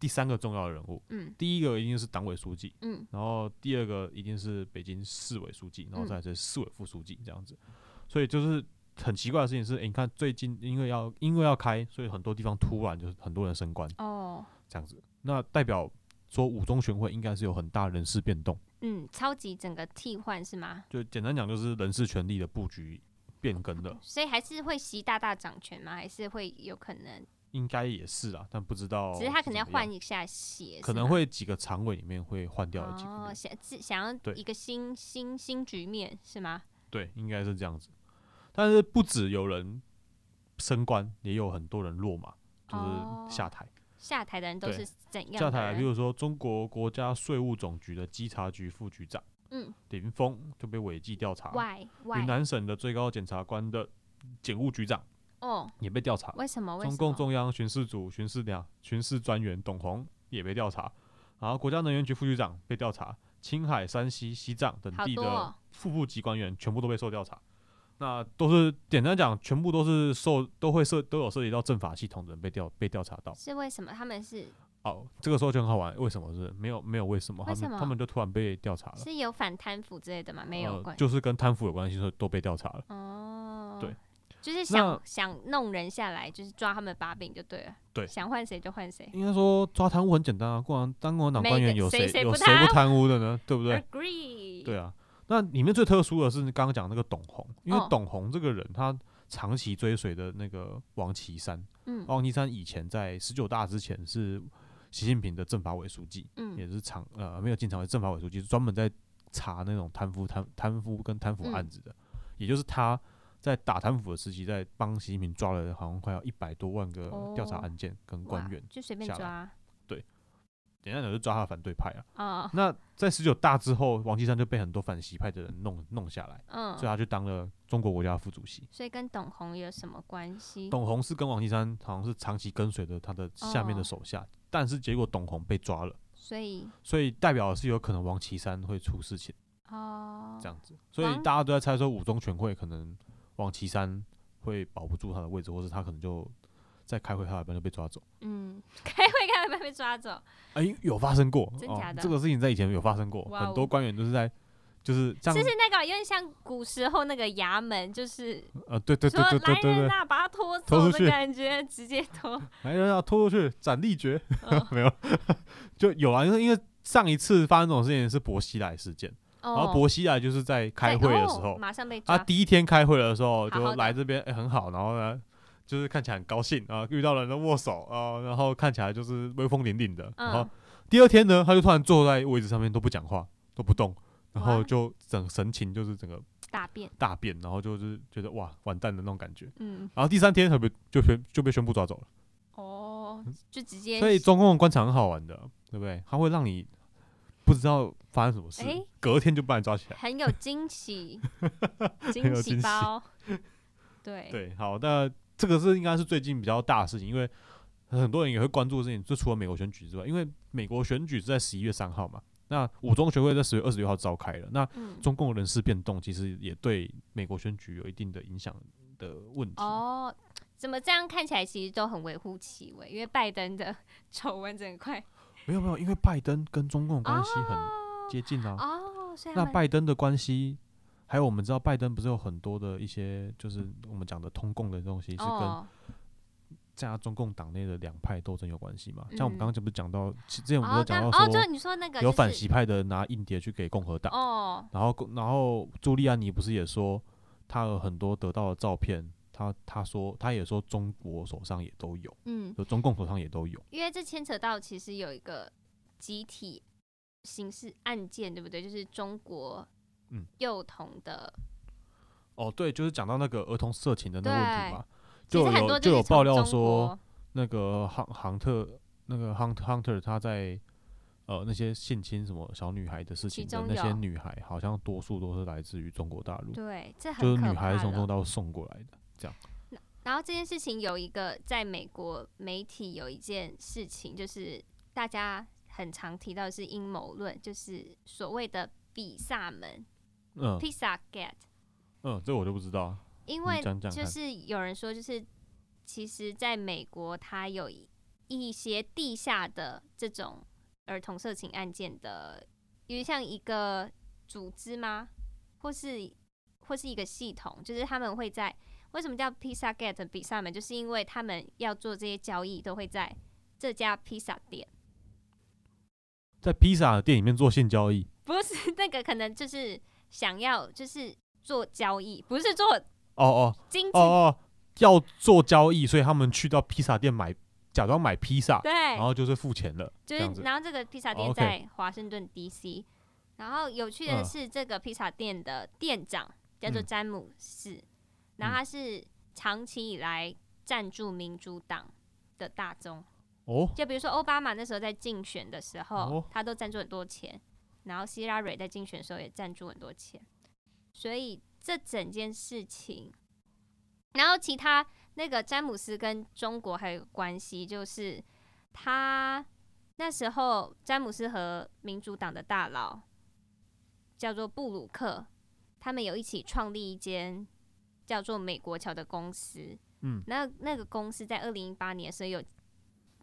Speaker 2: 第三个重要的人物。
Speaker 1: 嗯
Speaker 2: 第一个一定是党委书记，
Speaker 1: 嗯
Speaker 2: 然后第二个一定是北京市委书记，然后
Speaker 1: 嗯
Speaker 2: 再来是市委副书记这样子。所以就是很奇怪的事情是，诶你看最近因为要因为要开，所以很多地方突然就是很多人升官
Speaker 1: 哦，
Speaker 2: 这样子，那代表说五中全会应该是有很大人事变动。
Speaker 1: 嗯，超级整个替换是吗？
Speaker 2: 就简单讲，就是人事权力的布局变更了，
Speaker 1: 所以还是会习大大掌权吗？还是会有可能？
Speaker 2: 应该也是啊，但不知道
Speaker 1: 只是他
Speaker 2: 是
Speaker 1: 可能要
Speaker 2: 怎么样
Speaker 1: 换一下血，
Speaker 2: 可
Speaker 1: 是
Speaker 2: 能
Speaker 1: 吗
Speaker 2: 会几个常委里面会换掉几个人
Speaker 1: 哦，想自想要
Speaker 2: 对
Speaker 1: 一个新新新局面是吗？
Speaker 2: 对，应该是这样子。但是不止有人升官，也有很多人落马，
Speaker 1: 哦
Speaker 2: 就是下台。
Speaker 1: 下台的人都
Speaker 2: 对
Speaker 1: 是怎样的
Speaker 2: 下台，
Speaker 1: 人
Speaker 2: 比如说中国国家税务总局的稽查局副局长
Speaker 1: 嗯
Speaker 2: 林峰就被违纪调查，
Speaker 1: ，why
Speaker 2: 云
Speaker 1: why
Speaker 2: 南省的最高检察官的检务局长
Speaker 1: 哦，
Speaker 2: 也被调查，
Speaker 1: 为什么？为
Speaker 2: 中
Speaker 1: 什
Speaker 2: 共
Speaker 1: 么？
Speaker 2: 中央巡视组巡视两巡视专员董宏也被调查，然后国家能源局副局长被调查，青海、山西、西藏等
Speaker 1: 好
Speaker 2: 地
Speaker 1: 多
Speaker 2: 的
Speaker 1: 哦
Speaker 2: 副部级官员全部都被受调查。那都是简单讲，全部都是受都会涉都有涉及到政法系统的人被调被调查到。
Speaker 1: 是为什么？他们是
Speaker 2: 哦，这个时候就很好玩，为什么是没有没有为什么他
Speaker 1: 为什
Speaker 2: 们
Speaker 1: 么
Speaker 2: 他们就突然被调查了？
Speaker 1: 是有反贪腐之类的吗？没有
Speaker 2: 呃
Speaker 1: 关
Speaker 2: 就是跟贪腐有关系，所以都被调查了。
Speaker 1: 哦，
Speaker 2: 对，
Speaker 1: 就是
Speaker 2: 那
Speaker 1: 想想弄人下来，就是抓他们把柄就对了，
Speaker 2: 对
Speaker 1: 想换谁就换谁。
Speaker 2: 应该说抓贪污很简单啊，共产当共产党
Speaker 1: 每
Speaker 2: 官员
Speaker 1: 个
Speaker 2: 有
Speaker 1: 谁谁
Speaker 2: 有
Speaker 1: 不
Speaker 2: 谁
Speaker 1: 贪
Speaker 2: 不贪污的呢？对不对？
Speaker 1: Agree，
Speaker 2: 对啊，那里面最特殊的是刚刚讲那个董宏，因为
Speaker 1: 哦
Speaker 2: 董宏这个人他长期追随的那个王岐山，
Speaker 1: 嗯
Speaker 2: 王岐山以前在十九大之前是习近平的政法委书记，
Speaker 1: 嗯
Speaker 2: 也是常呃没有经常为政法委书记，是专门在查那种贪腐贪贪腐跟贪腐案
Speaker 1: 嗯
Speaker 2: 子的，也就是他。在打贪腐的时期，在帮习近平抓了好像快要一百多万个调查
Speaker 1: 哦
Speaker 2: 案件跟
Speaker 1: 哇
Speaker 2: 官员，
Speaker 1: 就随便
Speaker 2: 下来
Speaker 1: 抓
Speaker 2: 简单讲就抓他的反对派啊。
Speaker 1: 哦，
Speaker 2: 那在十九大之后，王岐山就被很多反习派的人弄弄下来。
Speaker 1: 嗯
Speaker 2: 所以，他就当了中国国家副主席。
Speaker 1: 所以跟董红有什么关系？
Speaker 2: 董宏是跟王岐山好像是长期跟随着他的下面的
Speaker 1: 哦
Speaker 2: 手下，但是结果董宏被抓了，
Speaker 1: 所以
Speaker 2: 所以代表是有可能王岐山会出事情
Speaker 1: 哦
Speaker 2: 这，样子，所以
Speaker 1: 王
Speaker 2: 大家都在猜说五中全会可能王岐山会保不住他的位置，或是他可能就在开会开到一半就被抓走。
Speaker 1: 嗯， *laughs* 开会开会被抓走，
Speaker 2: 哎、有发生过，
Speaker 1: 真
Speaker 2: 哦
Speaker 1: 假的
Speaker 2: 这个事情在以前有发生过，
Speaker 1: 哇
Speaker 2: 很多
Speaker 1: 哦
Speaker 2: 官员都是在就是这样
Speaker 1: 就是那个有点像古时候那个衙门，就是
Speaker 2: 呃，对对
Speaker 1: 说
Speaker 2: 对对对
Speaker 1: 来
Speaker 2: 对
Speaker 1: 人
Speaker 2: 对，
Speaker 1: 呐、把他拖
Speaker 2: 拖
Speaker 1: 走的
Speaker 2: 出去
Speaker 1: 感觉，直接拖。
Speaker 2: 来人啊，拖出去斩立决。
Speaker 1: 嗯
Speaker 2: *laughs* 没有，就有啊，因为因为上一次发生这种事情是薄熙来事件，
Speaker 1: 哦，
Speaker 2: 然后薄熙来就是在开
Speaker 1: 在
Speaker 2: 会的
Speaker 1: 哦
Speaker 2: 时候，
Speaker 1: 马上被
Speaker 2: 他
Speaker 1: 抓。
Speaker 2: 第一天开会的时候
Speaker 1: 好好
Speaker 2: 就
Speaker 1: 的
Speaker 2: 来这边，哎、很好，然后呢，就是看起来很高兴啊，遇到人都握手啊，然后看起来就是威风凛凛的，然后
Speaker 1: 嗯，
Speaker 2: 第二天呢，他就突然坐在位置上面都不讲话，都不动，然后
Speaker 1: 哇
Speaker 2: 就整神情就是整个
Speaker 1: 大便，
Speaker 2: 大变，然后就是觉得哇完蛋的那种感觉，
Speaker 1: 嗯，
Speaker 2: 然后第三天他被就被就被宣布抓走了。
Speaker 1: 哦，就直接。
Speaker 2: 嗯所以中共的官场很好玩的，对不对？它会让你不知道发生什么事，
Speaker 1: 诶
Speaker 2: 隔天就把你抓起来。
Speaker 1: 很有惊
Speaker 2: *laughs*
Speaker 1: 喜，
Speaker 2: 有
Speaker 1: 惊喜
Speaker 2: 惊喜
Speaker 1: 包。对，
Speaker 2: 对，好，那这个是应该是最近比较大的事情，因为很多人也会关注的事情，就除了美国选举之外，因为美国选举是在十一月三号嘛，那五中全会在十月二十六号召开了，那
Speaker 1: 嗯，
Speaker 2: 中共的人事变动其实也对美国选举有一定的影响的问题。
Speaker 1: 哦，怎么这样看起来其实都很微乎其微，因为拜登的丑闻整块
Speaker 2: 没有没有，因为拜登跟中共的关系很
Speaker 1: 哦
Speaker 2: 接近啊。
Speaker 1: 哦，所以他
Speaker 2: 那
Speaker 1: 们
Speaker 2: 拜登的关系，还有我们知道拜登不是有很多的一些，就是我们讲的通共的东西，是跟
Speaker 1: 哦，
Speaker 2: 加中共党内的两派斗争有关系嘛？像我们
Speaker 1: 嗯
Speaker 2: 刚刚就不是讲到，其之前我们有
Speaker 1: 哦，
Speaker 2: 讲
Speaker 1: 刚
Speaker 2: 到说
Speaker 1: 哦，就是你说那个
Speaker 2: 有
Speaker 1: 就是
Speaker 2: 反习派的拿硬碟去给共和党，
Speaker 1: 哦，
Speaker 2: 然后共然后朱利安尼不是也说他有很多得到的照片，他他说他也说中国手上也都有，
Speaker 1: 嗯，
Speaker 2: 就中共手上也都有。
Speaker 1: 因为这牵扯到其实有一个集体刑事案件，对不对？就是中国
Speaker 2: 嗯
Speaker 1: 幼童的，
Speaker 2: 哦，对，就是讲到那个儿童色情的那个问
Speaker 1: 对
Speaker 2: 题嘛，
Speaker 1: 其
Speaker 2: 就
Speaker 1: 实很
Speaker 2: 有
Speaker 1: 多
Speaker 2: 就是有
Speaker 1: 从
Speaker 2: 爆料
Speaker 1: 中
Speaker 2: 说
Speaker 1: 国，
Speaker 2: 那个杭杭特那个 hunt hunter 他在呃那些性侵什么小女孩的事
Speaker 1: 其
Speaker 2: 情
Speaker 1: 中
Speaker 2: 的那些
Speaker 1: 有
Speaker 2: 女孩，好像多数都是来自于中国大陆，
Speaker 1: 对，这很
Speaker 2: 就是
Speaker 1: 可
Speaker 2: 女孩
Speaker 1: 怕
Speaker 2: 是
Speaker 1: 了
Speaker 2: 从中国大陆送过来的。
Speaker 1: 然后这件事情有一个在美国媒体有一件事情，就是大家很常提到的是阴谋论，就是所谓的比萨门
Speaker 2: 嗯
Speaker 1: （Pizza Gate），
Speaker 2: 嗯，这我就不知道。
Speaker 1: 因为
Speaker 2: 你嗯讲讲
Speaker 1: 就
Speaker 2: 看
Speaker 1: 是有人说，就是其实在美国，它有一一些地下的这种儿童色情案件的，因为像一个组织吗，或是或是一个系统，就是他们会在为什么叫披萨 Gate 比萨门，就是因为他们要做这些交易都会在这家披萨店， *laughs*
Speaker 2: 在披萨的店里面做性交易
Speaker 1: 不是那个可能就是想要就是做交易，不是做
Speaker 2: 哦哦
Speaker 1: 经济，
Speaker 2: 哦哦，要做交易，所以他们去到披萨店买，假装买披萨，
Speaker 1: 对
Speaker 2: 然，后就是付钱了。
Speaker 1: 就
Speaker 2: 这样
Speaker 1: 是，
Speaker 2: 子哦
Speaker 1: 然后这个披萨店
Speaker 2: ，OK
Speaker 1: 在华盛顿 D.C.，、然后有趣的
Speaker 2: 嗯
Speaker 1: 是，这个披萨店的店长叫做
Speaker 2: 嗯
Speaker 1: 詹姆士，然后他是长期以来赞助民主党的大宗，
Speaker 2: 哦
Speaker 1: 就比如说奥巴马那时候在竞选的时候，
Speaker 2: 哦
Speaker 1: 他都赞助很多钱，然后希拉蕊在竞选的时候也赞助很多钱，所以这整件事情，然后其他那个詹姆斯跟中国还有个关系，就是他那时候詹姆斯和民主党的大佬叫做布鲁克，他们有一起创立一间叫做美国桥的公司。
Speaker 2: 嗯，
Speaker 1: 那那个公司在二零一八年的时候有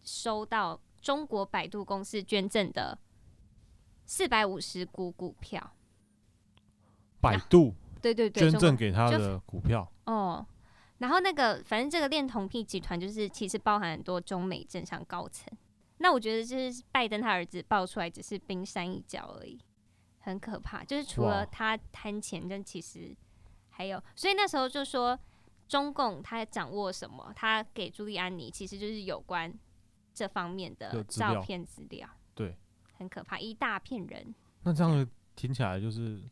Speaker 1: 收到中国百度公司捐赠的四百五十股股票。
Speaker 2: 百度
Speaker 1: 对啊对对，
Speaker 2: 捐
Speaker 1: 中国
Speaker 2: 赠给他
Speaker 1: 就
Speaker 2: 的股票，
Speaker 1: 哦，然后那个反正这个恋童癖集团就是其实包含很多中美政商高层。那我觉得就是拜登他儿子爆出来只是冰山一角而已，很可怕。就是除
Speaker 2: 哇
Speaker 1: 了他贪钱，但其实还有，所以那时候就说中共他掌握什么，他给朱利安尼其实就是有关这方面的
Speaker 2: 的资料
Speaker 1: 照片资料，
Speaker 2: 对，
Speaker 1: 很可怕，一大片人。
Speaker 2: 那这样子听起来就是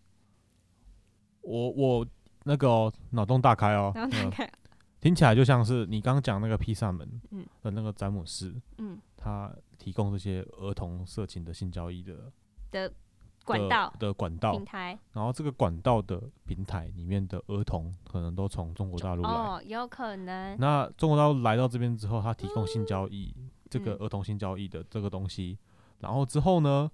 Speaker 2: 我我那个哦脑、洞大开哦、
Speaker 1: 然后大
Speaker 2: 嗯
Speaker 1: 概，
Speaker 2: 听起来就像是你刚刚讲那个披萨门
Speaker 1: 嗯
Speaker 2: 的那个詹姆斯，
Speaker 1: 嗯，
Speaker 2: 他提供这些儿童色情的性交易的
Speaker 1: 管
Speaker 2: 的
Speaker 1: 道
Speaker 2: 的管道
Speaker 1: 平，台
Speaker 2: 然后这个管道的平台里面的儿童可能都从中国大陆来，
Speaker 1: 哦，有可能，
Speaker 2: 那中国大陆来到这边之后，他提供性交易、这个
Speaker 1: 嗯
Speaker 2: 儿童性交易的这个东西，然后之后呢，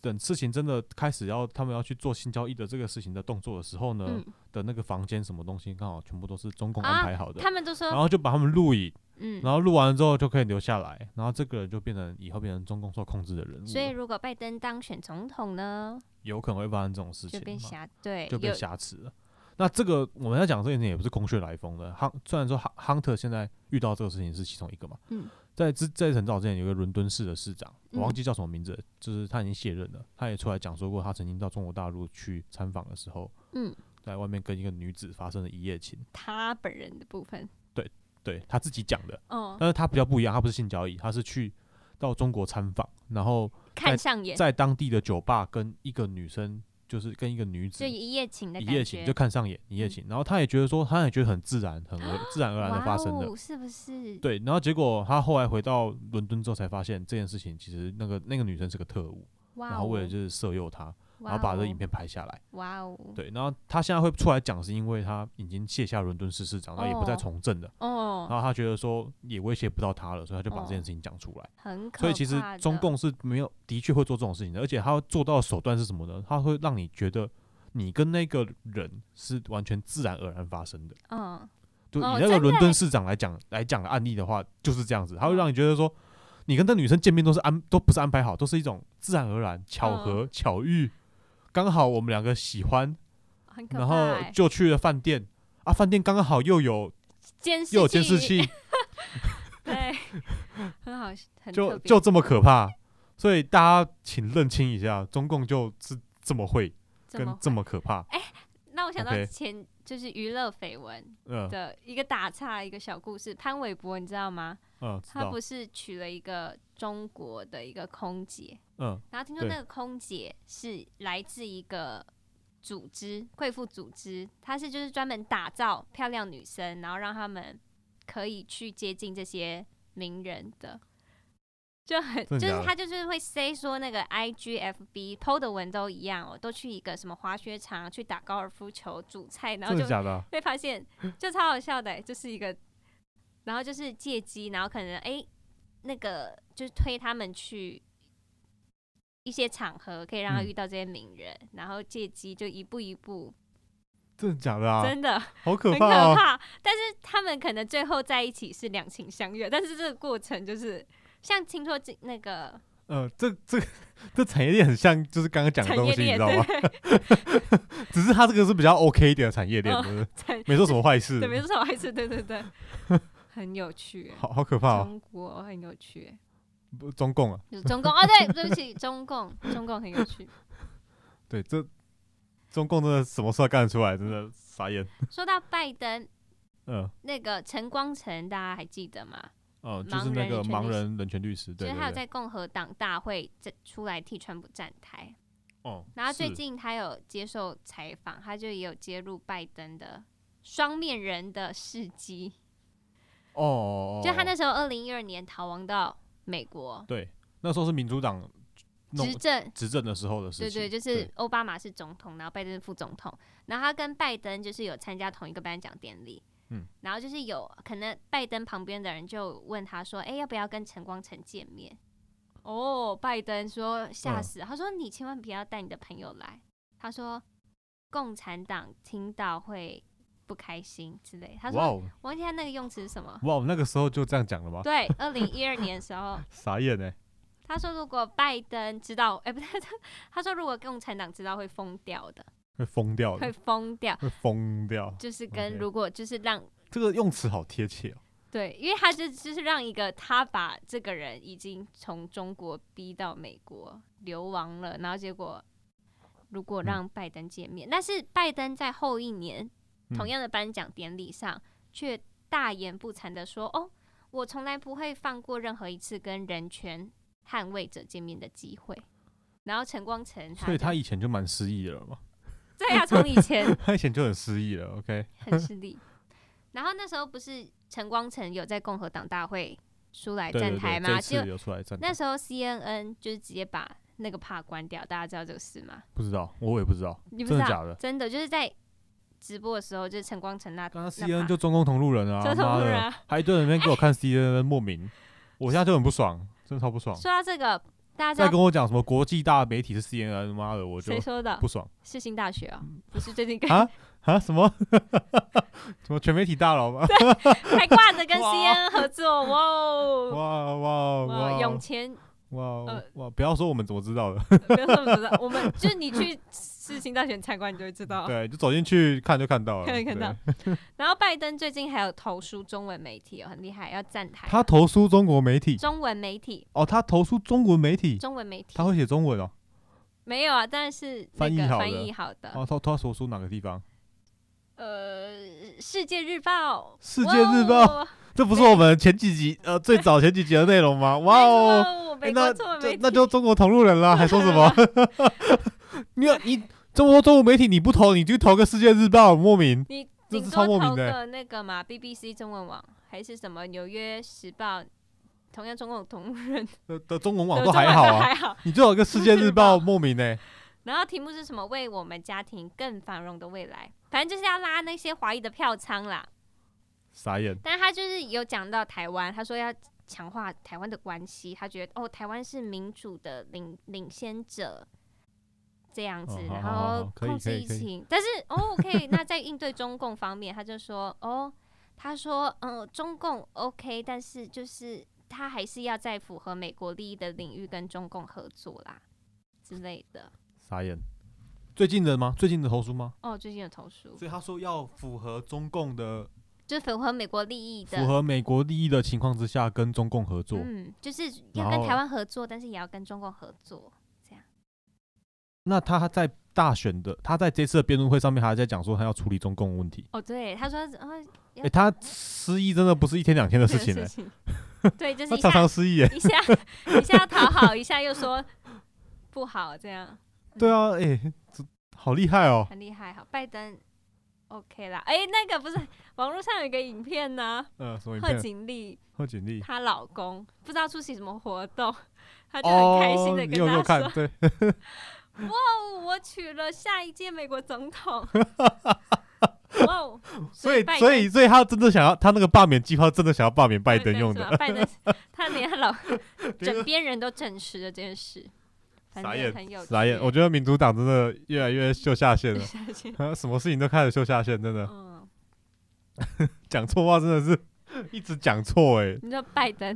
Speaker 2: 等事情真的开始要他们要去做性交易的这个事情的动作的时候呢，
Speaker 1: 嗯，
Speaker 2: 的那个房间什么东西刚好全部都是中共
Speaker 1: 啊
Speaker 2: 安排好的，
Speaker 1: 他们都
Speaker 2: 然
Speaker 1: 说，
Speaker 2: 后就把他们录影，
Speaker 1: 嗯，
Speaker 2: 然后录完之后就可以留下来，然后这个人就变成以后变成中共受控制的人物了，
Speaker 1: 所以如果拜登当选总统呢，
Speaker 2: 有可能会发生这种事情
Speaker 1: 就
Speaker 2: 嘛，
Speaker 1: 变瑕对，
Speaker 2: 就被
Speaker 1: 有
Speaker 2: 挟持了。那这个我们要讲这件事情也不是空穴来风的。亨虽然说亨亨特现在遇到这个事情是其中一个嘛，
Speaker 1: 嗯
Speaker 2: 在之在很早之前有一个伦敦市的市长，我忘
Speaker 1: 嗯
Speaker 2: 记叫什么名字了，就是他已经卸任了，他也出来讲说过，他曾经到中国大陆去参访的时候，
Speaker 1: 嗯，
Speaker 2: 在外面跟一个女子发生了一夜情，
Speaker 1: 他本人的部分，
Speaker 2: 对他自己讲的，
Speaker 1: 哦，
Speaker 2: 但是他比较不一样，他不是性交易，他是去到中国参访，然后
Speaker 1: 看上眼，
Speaker 2: 在当地的酒吧跟一个女生，就是跟一个女子
Speaker 1: 就一夜情的
Speaker 2: 一
Speaker 1: 感觉，
Speaker 2: 夜情就看上眼一
Speaker 1: 嗯
Speaker 2: 夜
Speaker 1: 啊
Speaker 2: 情，然后他也觉得说，他也觉得很自然，很而自然而然的发生的
Speaker 1: 哇。哦，是不是？
Speaker 2: 对，然后结果他后来回到伦敦之后才发现这件事情，其实那个那个女生是个特务，
Speaker 1: 哇哦，
Speaker 2: 然后为了就是色诱他，
Speaker 1: 哇
Speaker 2: 然后把这
Speaker 1: 哦
Speaker 2: 影，片拍下来。
Speaker 1: 哇哦，
Speaker 2: 对，然后他现在会出来讲，是因为他已经卸下伦敦市市长，他也不再
Speaker 1: 哦
Speaker 2: 从政了，然
Speaker 1: 哦，
Speaker 2: 后他觉得说也威胁不到他了，所以他就把
Speaker 1: 哦
Speaker 2: 这件事情讲出来。
Speaker 1: 很可怕，
Speaker 2: 所以其实中，共是没有的确会做这种事情的，而且他做到的手段是什么呢？他会让你觉得你跟那个人是完全自然而然发生的。
Speaker 1: 嗯，
Speaker 2: 就以
Speaker 1: 哦
Speaker 2: 那个
Speaker 1: 真的
Speaker 2: 伦敦
Speaker 1: 欸哦
Speaker 2: 市长来讲来讲的案例的话，就是这样子，他会让你觉得说，你跟那女生见面都是安都不是安排好，都是一种自然而然、
Speaker 1: 嗯
Speaker 2: 巧合、巧遇，刚好我们两个喜欢，
Speaker 1: 很可
Speaker 2: 然
Speaker 1: 怕
Speaker 2: 后
Speaker 1: 欸，
Speaker 2: 就去了饭店啊，饭店刚好又有
Speaker 1: 监视
Speaker 2: 又有监视
Speaker 1: 器，
Speaker 2: 器，
Speaker 1: 对，很好，很
Speaker 2: 就
Speaker 1: 特别
Speaker 2: 就这么可怕，所以大家请认清一下，中共就是这么会
Speaker 1: 这
Speaker 2: 跟
Speaker 1: 么哎
Speaker 2: 这么可怕。
Speaker 1: 那我想到
Speaker 2: OK
Speaker 1: 前就是娱乐绯闻
Speaker 2: 嗯
Speaker 1: 的一个打岔一个小故事。潘玮柏你知道吗？
Speaker 2: 嗯，知
Speaker 1: 他
Speaker 2: 道
Speaker 1: 不，是娶了一个中国的一个空姐，
Speaker 2: 嗯
Speaker 1: 然后听说
Speaker 2: 对
Speaker 1: 那个空姐是来自一个组织，贵妇组织，它是就是专门打造漂亮女生，然后让她们可以去接近这些名人的，就很
Speaker 2: 真
Speaker 1: 就
Speaker 2: 的假
Speaker 1: 是
Speaker 2: 的
Speaker 1: 他就是会 say 说那个 I G F B PO 的文都一样哦，都去一个什么滑雪场去打高尔夫球煮菜，然后
Speaker 2: 真
Speaker 1: 就
Speaker 2: 的假的啊？
Speaker 1: 被发现，就超好笑的欸、就是一个，然后就是借机，然后可能哎、那个就是推他们去一些场合，可以让他
Speaker 2: 嗯
Speaker 1: 遇到这些名人，然后借机就一步一步，
Speaker 2: 真的假的啊？ *laughs*
Speaker 1: 真的
Speaker 2: 好可
Speaker 1: 很可
Speaker 2: 怕啊！
Speaker 1: 怕。但是他们可能最后在一起是两情相悦，但是这个过程就是像听说这那个
Speaker 2: 嗯，这这这产业链很像，就是刚刚讲的
Speaker 1: 产
Speaker 2: 东
Speaker 1: 业
Speaker 2: 西，你
Speaker 1: 链，*laughs*
Speaker 2: 知道吗？
Speaker 1: 对
Speaker 2: 只是它这个是比较 OK 一点的产业链，
Speaker 1: 嗯
Speaker 2: 真的 *laughs*
Speaker 1: 产
Speaker 2: 没做什么坏
Speaker 1: *laughs*
Speaker 2: 事
Speaker 1: 对，，没错，还是对对对，很有趣欸。
Speaker 2: 好好可怕啊！
Speaker 1: 中国很有趣欸，
Speaker 2: 不中共啊，
Speaker 1: 就是中共哦，对，对不起，中共，中共很有趣。
Speaker 2: 对，这中共真的什么事都干得出来，真的傻眼。
Speaker 1: 说到拜登，
Speaker 2: 嗯
Speaker 1: 那个陈光诚，大家还记得吗？盲
Speaker 2: 嗯，就是那
Speaker 1: 人
Speaker 2: 个
Speaker 1: 人权
Speaker 2: 盲
Speaker 1: 律师
Speaker 2: 人人权律师，
Speaker 1: 就
Speaker 2: 对
Speaker 1: 是
Speaker 2: 对
Speaker 1: 他有
Speaker 2: 对。
Speaker 1: 在共和党大会这出来替川普站台，
Speaker 2: 哦，
Speaker 1: 然后最
Speaker 2: 是
Speaker 1: 近他有接受采访，他就也有揭露拜登的双面人的事迹，
Speaker 2: 哦哦，哦
Speaker 1: 就他
Speaker 2: 哦
Speaker 1: 那时候二零一二年逃亡到美国
Speaker 2: 对那时候是民主党弄
Speaker 1: 执政，
Speaker 2: 执政的时候的事
Speaker 1: 对
Speaker 2: 情，
Speaker 1: 对，就是奥巴马是总统，然后拜登是副总统，然后他跟拜登就是有参加同一个颁奖典礼，
Speaker 2: 嗯，
Speaker 1: 然后就是有可能拜登旁边的人就问他说，哎，要不要跟陈光诚见面？哦，拜登说吓
Speaker 2: 嗯
Speaker 1: 死了，他说你千万不要带你的朋友来，他说共产党听到会不开心之类，他
Speaker 2: 哇
Speaker 1: 说
Speaker 2: 哦，
Speaker 1: 我忘记他那个用词是什么
Speaker 2: 哇哦，那个时候就这样讲了吗？
Speaker 1: 对，二零一二年的时候， *laughs*
Speaker 2: 傻眼哎、
Speaker 1: 他说如果拜登知道，哎，不对，他说如果共产党知道会疯掉的。
Speaker 2: 会疯掉
Speaker 1: 会
Speaker 2: 的，
Speaker 1: 疯掉，
Speaker 2: 会疯掉。
Speaker 1: 就是跟
Speaker 2: OK
Speaker 1: 如果就是让
Speaker 2: 这个用词好贴切哦、
Speaker 1: 对，因为他就就是让一个他把这个人已经从中国逼到美国流亡了，然后结果如果
Speaker 2: 嗯
Speaker 1: 让拜登见面，但是拜登在后一年
Speaker 2: 嗯
Speaker 1: 同样的颁奖典礼上，却大言不惭的说：“哦，我从来不会放过任何一次跟人权捍卫者见面的机会。”然后陈光诚他就，
Speaker 2: 所以他以前就蛮失意的了嘛，
Speaker 1: 对呀、从以前
Speaker 2: 他以前就很失意了。OK，
Speaker 1: 很失利。然后那时候不是陈光诚有在共和党大会出来
Speaker 2: 对
Speaker 1: 站
Speaker 2: 对
Speaker 1: 台
Speaker 2: 对，
Speaker 1: 吗？
Speaker 2: 这一
Speaker 1: 就
Speaker 2: 次有出来站台
Speaker 1: 那，时候 CNN 就是直接把那个帕关掉，大家知道这个事吗？
Speaker 2: 不知道，我也不知道。
Speaker 1: 你不
Speaker 2: 真
Speaker 1: 知道？
Speaker 2: 的假的
Speaker 1: 真的就是在直播的时候，就是陈光诚那
Speaker 2: 刚刚
Speaker 1: 那
Speaker 2: CNN
Speaker 1: 趴
Speaker 2: 就中共同路人啊，
Speaker 1: 中共
Speaker 2: 妈
Speaker 1: 同路
Speaker 2: 的
Speaker 1: 人啊
Speaker 2: 还一堆人在那边给我看 CNN，莫名，我现在就很不爽，真的超不爽。
Speaker 1: 说到这个，大家
Speaker 2: 再
Speaker 1: 知道
Speaker 2: 跟我讲什么国际大媒体是 CNN，妈的，我就
Speaker 1: 谁说的
Speaker 2: 不？爽
Speaker 1: 世新大学哦，不是最近
Speaker 2: *laughs*
Speaker 1: 跟
Speaker 2: 啊啊！什么 *laughs* 什么全媒体大佬吗？
Speaker 1: 还挂着跟
Speaker 2: 哇
Speaker 1: CNN 合作哇
Speaker 2: 哇
Speaker 1: 哦！
Speaker 2: 哇
Speaker 1: 哇，
Speaker 2: 哇
Speaker 1: 永前
Speaker 2: 哇
Speaker 1: 呃
Speaker 2: 哇！不要说我们怎么知道的，
Speaker 1: 不要说我们知道，我们就是你去世新大学参观，你就会知道。
Speaker 2: *laughs* 对，就走进去看就看到了，
Speaker 1: 看就看
Speaker 2: 对
Speaker 1: 到。然后拜登最近还有投书中文媒体、哦，很厉害，要站台啊。
Speaker 2: 他投诉中国媒体
Speaker 1: 中文媒体，
Speaker 2: 哦，他投诉中文媒体，
Speaker 1: 中文媒体
Speaker 2: 他会写中文哦。
Speaker 1: 没有啊，但是那
Speaker 2: 翻译
Speaker 1: 个
Speaker 2: 好
Speaker 1: 翻
Speaker 2: 的
Speaker 1: 译好的，
Speaker 2: 哦，他他投诉哪个地方？
Speaker 1: 呃，《世界日报》，《
Speaker 2: 世界日报，
Speaker 1: 哇哦
Speaker 2: 这不是我们前几集呃最早前几集的内
Speaker 1: *laughs*
Speaker 2: 容吗？哇哦！
Speaker 1: 没错美
Speaker 2: 欸那
Speaker 1: 国中文
Speaker 2: 就
Speaker 1: 媒体
Speaker 2: 那就中国同路人了，还说什么？ *laughs* 你有你这么多中国媒体你不投，你就投个《世界日报》，莫名
Speaker 1: 你
Speaker 2: 这
Speaker 1: 顶
Speaker 2: 是
Speaker 1: 多
Speaker 2: 超莫
Speaker 1: 投
Speaker 2: 名的欸
Speaker 1: 个那个嘛，BBC 中文网还是什么《纽约时报》，同样中共同路人，
Speaker 2: 的的中文网
Speaker 1: 对
Speaker 2: 都
Speaker 1: 中
Speaker 2: 还
Speaker 1: 文
Speaker 2: 好
Speaker 1: 都
Speaker 2: 啊，
Speaker 1: 还好。
Speaker 2: 你就有个《世界日报》，
Speaker 1: *laughs* 世界日报
Speaker 2: 莫名欸呢、
Speaker 1: 然后题目是什么？为我们家庭更繁荣的未来，反正就是要拉那些华裔的票仓啦。
Speaker 2: 傻眼。
Speaker 1: 但他就是有讲到台湾，他说要强化台湾的关系，他觉得哦，台湾是民主的领领先者这样子，
Speaker 2: 哦好
Speaker 1: 然
Speaker 2: 好好
Speaker 1: 后
Speaker 2: 好可以
Speaker 1: 控制
Speaker 2: 可以
Speaker 1: 疫
Speaker 2: 可以
Speaker 1: 情。但是哦，OK，那在应对中共方面，他就说哦，他说嗯，中共 OK，但是就是他还是要在符合美国利益的领域跟中共合作啦之类的。
Speaker 2: 傻眼。最近的吗？最近的投诉吗？
Speaker 1: 哦，最近有投诉，
Speaker 2: 所以他说要符合中共的、
Speaker 1: 就符合美国利益
Speaker 2: 符
Speaker 1: 的。
Speaker 2: 合美国利益的情况之下，跟中共合作。
Speaker 1: 嗯，就是要
Speaker 2: 然
Speaker 1: 跟
Speaker 2: 后
Speaker 1: 台湾合作，但是也要跟中共合作。
Speaker 2: 那他在大选的，他在这次的辩论会上面还在讲说他要处理中共问题。
Speaker 1: 哦，对，他说哦，
Speaker 2: 诶、他失忆真的不是一天两天的事情
Speaker 1: 这
Speaker 2: 呢、
Speaker 1: 个
Speaker 2: *laughs*
Speaker 1: 情对，就是
Speaker 2: 他
Speaker 1: 一
Speaker 2: 常
Speaker 1: 下
Speaker 2: 常失忆、诶，欸
Speaker 1: 一下一下讨好，一下又说不好，这样
Speaker 2: 对啊，诶、这好厉
Speaker 1: *laughs*
Speaker 2: 害哦、
Speaker 1: 很厉害。好，拜登 OK 啦。哎、那个不是网络上有一个影片呢、
Speaker 2: 嗯、什么影
Speaker 1: 贺
Speaker 2: 片？
Speaker 1: 锦丽
Speaker 2: 贺锦丽。
Speaker 1: 她老公不知道出席什么活动，她就很开心
Speaker 2: 哦，
Speaker 1: 的
Speaker 2: 你有没
Speaker 1: 跟他
Speaker 2: 有看
Speaker 1: 说？：“ *laughs*
Speaker 2: 对，
Speaker 1: 哦，我娶了下一届美国总
Speaker 2: *laughs*
Speaker 1: 统。”哇哦，
Speaker 2: 所以
Speaker 1: 拜
Speaker 2: 所以所以他真的想要，他那个罢免计划真的想要罢免拜登用
Speaker 1: 是
Speaker 2: 的，
Speaker 1: 吧拜登，他连他老
Speaker 2: *laughs* 这
Speaker 1: 枕
Speaker 2: 个
Speaker 1: 边人都证实了这件事，反
Speaker 2: 傻
Speaker 1: 正
Speaker 2: 眼
Speaker 1: 很有
Speaker 2: 傻眼。
Speaker 1: 趣
Speaker 2: 我觉得民主党真的越来越秀下限
Speaker 1: *laughs*
Speaker 2: 了，
Speaker 1: 下
Speaker 2: *laughs*
Speaker 1: 去
Speaker 2: 啊什么事情都开始秀下限，真的
Speaker 1: 嗯，
Speaker 2: 讲错话真的是 *laughs* 一直讲错哎，
Speaker 1: 你知道拜登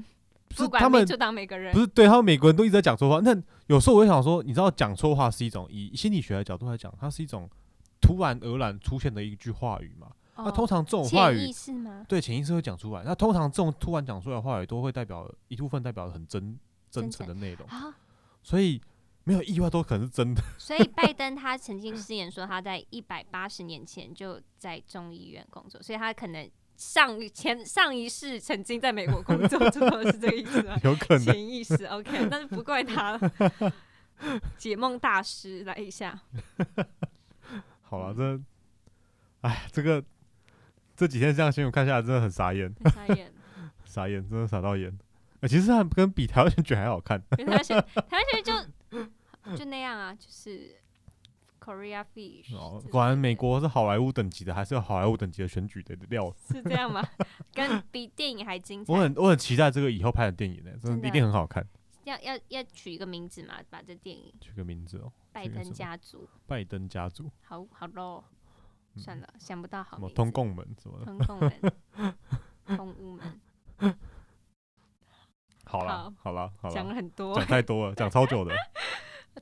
Speaker 2: 是
Speaker 1: 不
Speaker 2: 他
Speaker 1: 管
Speaker 2: 们
Speaker 1: 民主党每个人
Speaker 2: 不是对他们美国人都一直在讲错话。那有时候我会想说，你知道讲错话是一种以心理学的角度来讲，它是一种突然而然出现的一句话语嘛。那、
Speaker 1: 哦
Speaker 2: 通常这种话
Speaker 1: 潜意
Speaker 2: 语
Speaker 1: 识吗？
Speaker 2: 对潜意识会讲出来，那通常这种突然讲出来的话语都会代表一部分代表很真真
Speaker 1: 真
Speaker 2: 诚的内容，
Speaker 1: 啊，
Speaker 2: *laughs* 所以没有意外都可能是
Speaker 1: *laughs*
Speaker 2: 真的。？
Speaker 1: 所以拜登他曾经誓言说，他在一百八十年前就在众议院工作，所以他可能上一前上一世曾经在美国工作， *laughs* 这个是这个意思吗
Speaker 2: 有 *laughs* 可能
Speaker 1: 潜意识 OK，但是不怪他
Speaker 2: *laughs*
Speaker 1: 了。解梦大师来一下，
Speaker 2: 好了，这，哎，这个这几天这样新闻看下来，真的很傻眼，
Speaker 1: 傻眼。
Speaker 2: 傻眼，真的傻到眼。呃其实还跟比台湾选举还好看，
Speaker 1: 因为台湾选 *laughs* 台湾选就就那样啊，就是 Korea Fish
Speaker 2: *laughs* 哦
Speaker 1: 之，类
Speaker 2: 果然
Speaker 1: 的
Speaker 2: 美国是好莱坞等级的，还是有好莱坞等级的选举的料。
Speaker 1: 是这样吗？
Speaker 2: *laughs*
Speaker 1: 跟比电影还精彩
Speaker 2: 我。很我很期待这个以后拍的电影呢、真
Speaker 1: 真
Speaker 2: 的
Speaker 1: 的
Speaker 2: 一定很好看。
Speaker 1: 要要要取一个名字嘛，把这电影《
Speaker 2: 取个名字哦，
Speaker 1: 拜
Speaker 2: 取个
Speaker 1: 登
Speaker 2: 什么
Speaker 1: 家族》
Speaker 2: 拜登家族，
Speaker 1: 好好喽，
Speaker 2: 嗯
Speaker 1: 算了，想不到好
Speaker 2: 什么
Speaker 1: 名字。
Speaker 2: 通共门什么的。
Speaker 1: 通共人，
Speaker 2: *laughs*
Speaker 1: 通屋们，
Speaker 2: 好啦
Speaker 1: 好，
Speaker 2: 好啦，好
Speaker 1: 讲了
Speaker 2: 啦，
Speaker 1: 很多
Speaker 2: 讲，太多了，讲超久的。
Speaker 1: *laughs*
Speaker 2: 嗯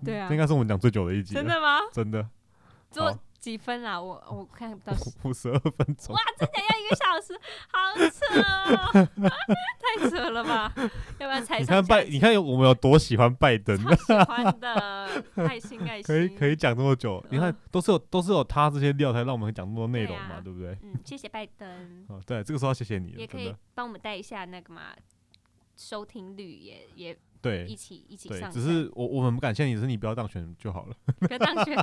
Speaker 1: 对啊
Speaker 2: 这应，该是我们讲最久的一集了。
Speaker 1: 真的吗？
Speaker 2: 真的，
Speaker 1: 做几分啦？我我看
Speaker 2: *laughs*
Speaker 1: 不到时，
Speaker 2: 五十二分钟
Speaker 1: 哇。，真的要一个小时，好扯哦， *laughs* 太扯了吧？要不要踩
Speaker 2: 你
Speaker 1: 上下
Speaker 2: 看拜，你看我们有多喜欢拜登，
Speaker 1: 超喜欢
Speaker 2: *laughs*
Speaker 1: 的，爱心爱心。
Speaker 2: 可以可
Speaker 1: 以。
Speaker 2: 以讲这么久，你看
Speaker 1: 嗯
Speaker 2: 都是有都是有他这些料才让我们讲这么多内
Speaker 1: 对
Speaker 2: 容
Speaker 1: 啊
Speaker 2: 嘛，对不对？
Speaker 1: 嗯，谢谢拜登，
Speaker 2: 哦，对，这个时候要谢谢你了，
Speaker 1: 也可
Speaker 2: 真
Speaker 1: 以
Speaker 2: 的，
Speaker 1: 帮我们带一下那个嘛，收听率也也一
Speaker 2: 对
Speaker 1: 起一起
Speaker 2: 对，
Speaker 1: 上。
Speaker 2: 只是我我们感谢你，只是你不要当选
Speaker 1: *laughs*
Speaker 2: 就好了。 *laughs*
Speaker 1: 不要当选，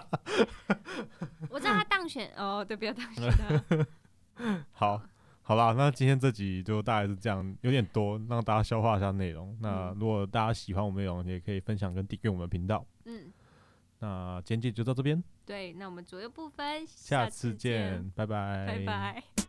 Speaker 1: 我知道他当选哦，对，不要当选啊。
Speaker 2: 好，好啦，那今天这集就大概是这样，有点多，让大家消化一下内容。那
Speaker 1: 嗯
Speaker 2: 如果大家喜欢我们内容，也可以分享跟订阅我们的频道。
Speaker 1: 嗯，
Speaker 2: 那今天就到这边，
Speaker 1: 对，那我们左右不分，
Speaker 2: 下
Speaker 1: 次
Speaker 2: 次见，拜拜，
Speaker 1: 拜拜。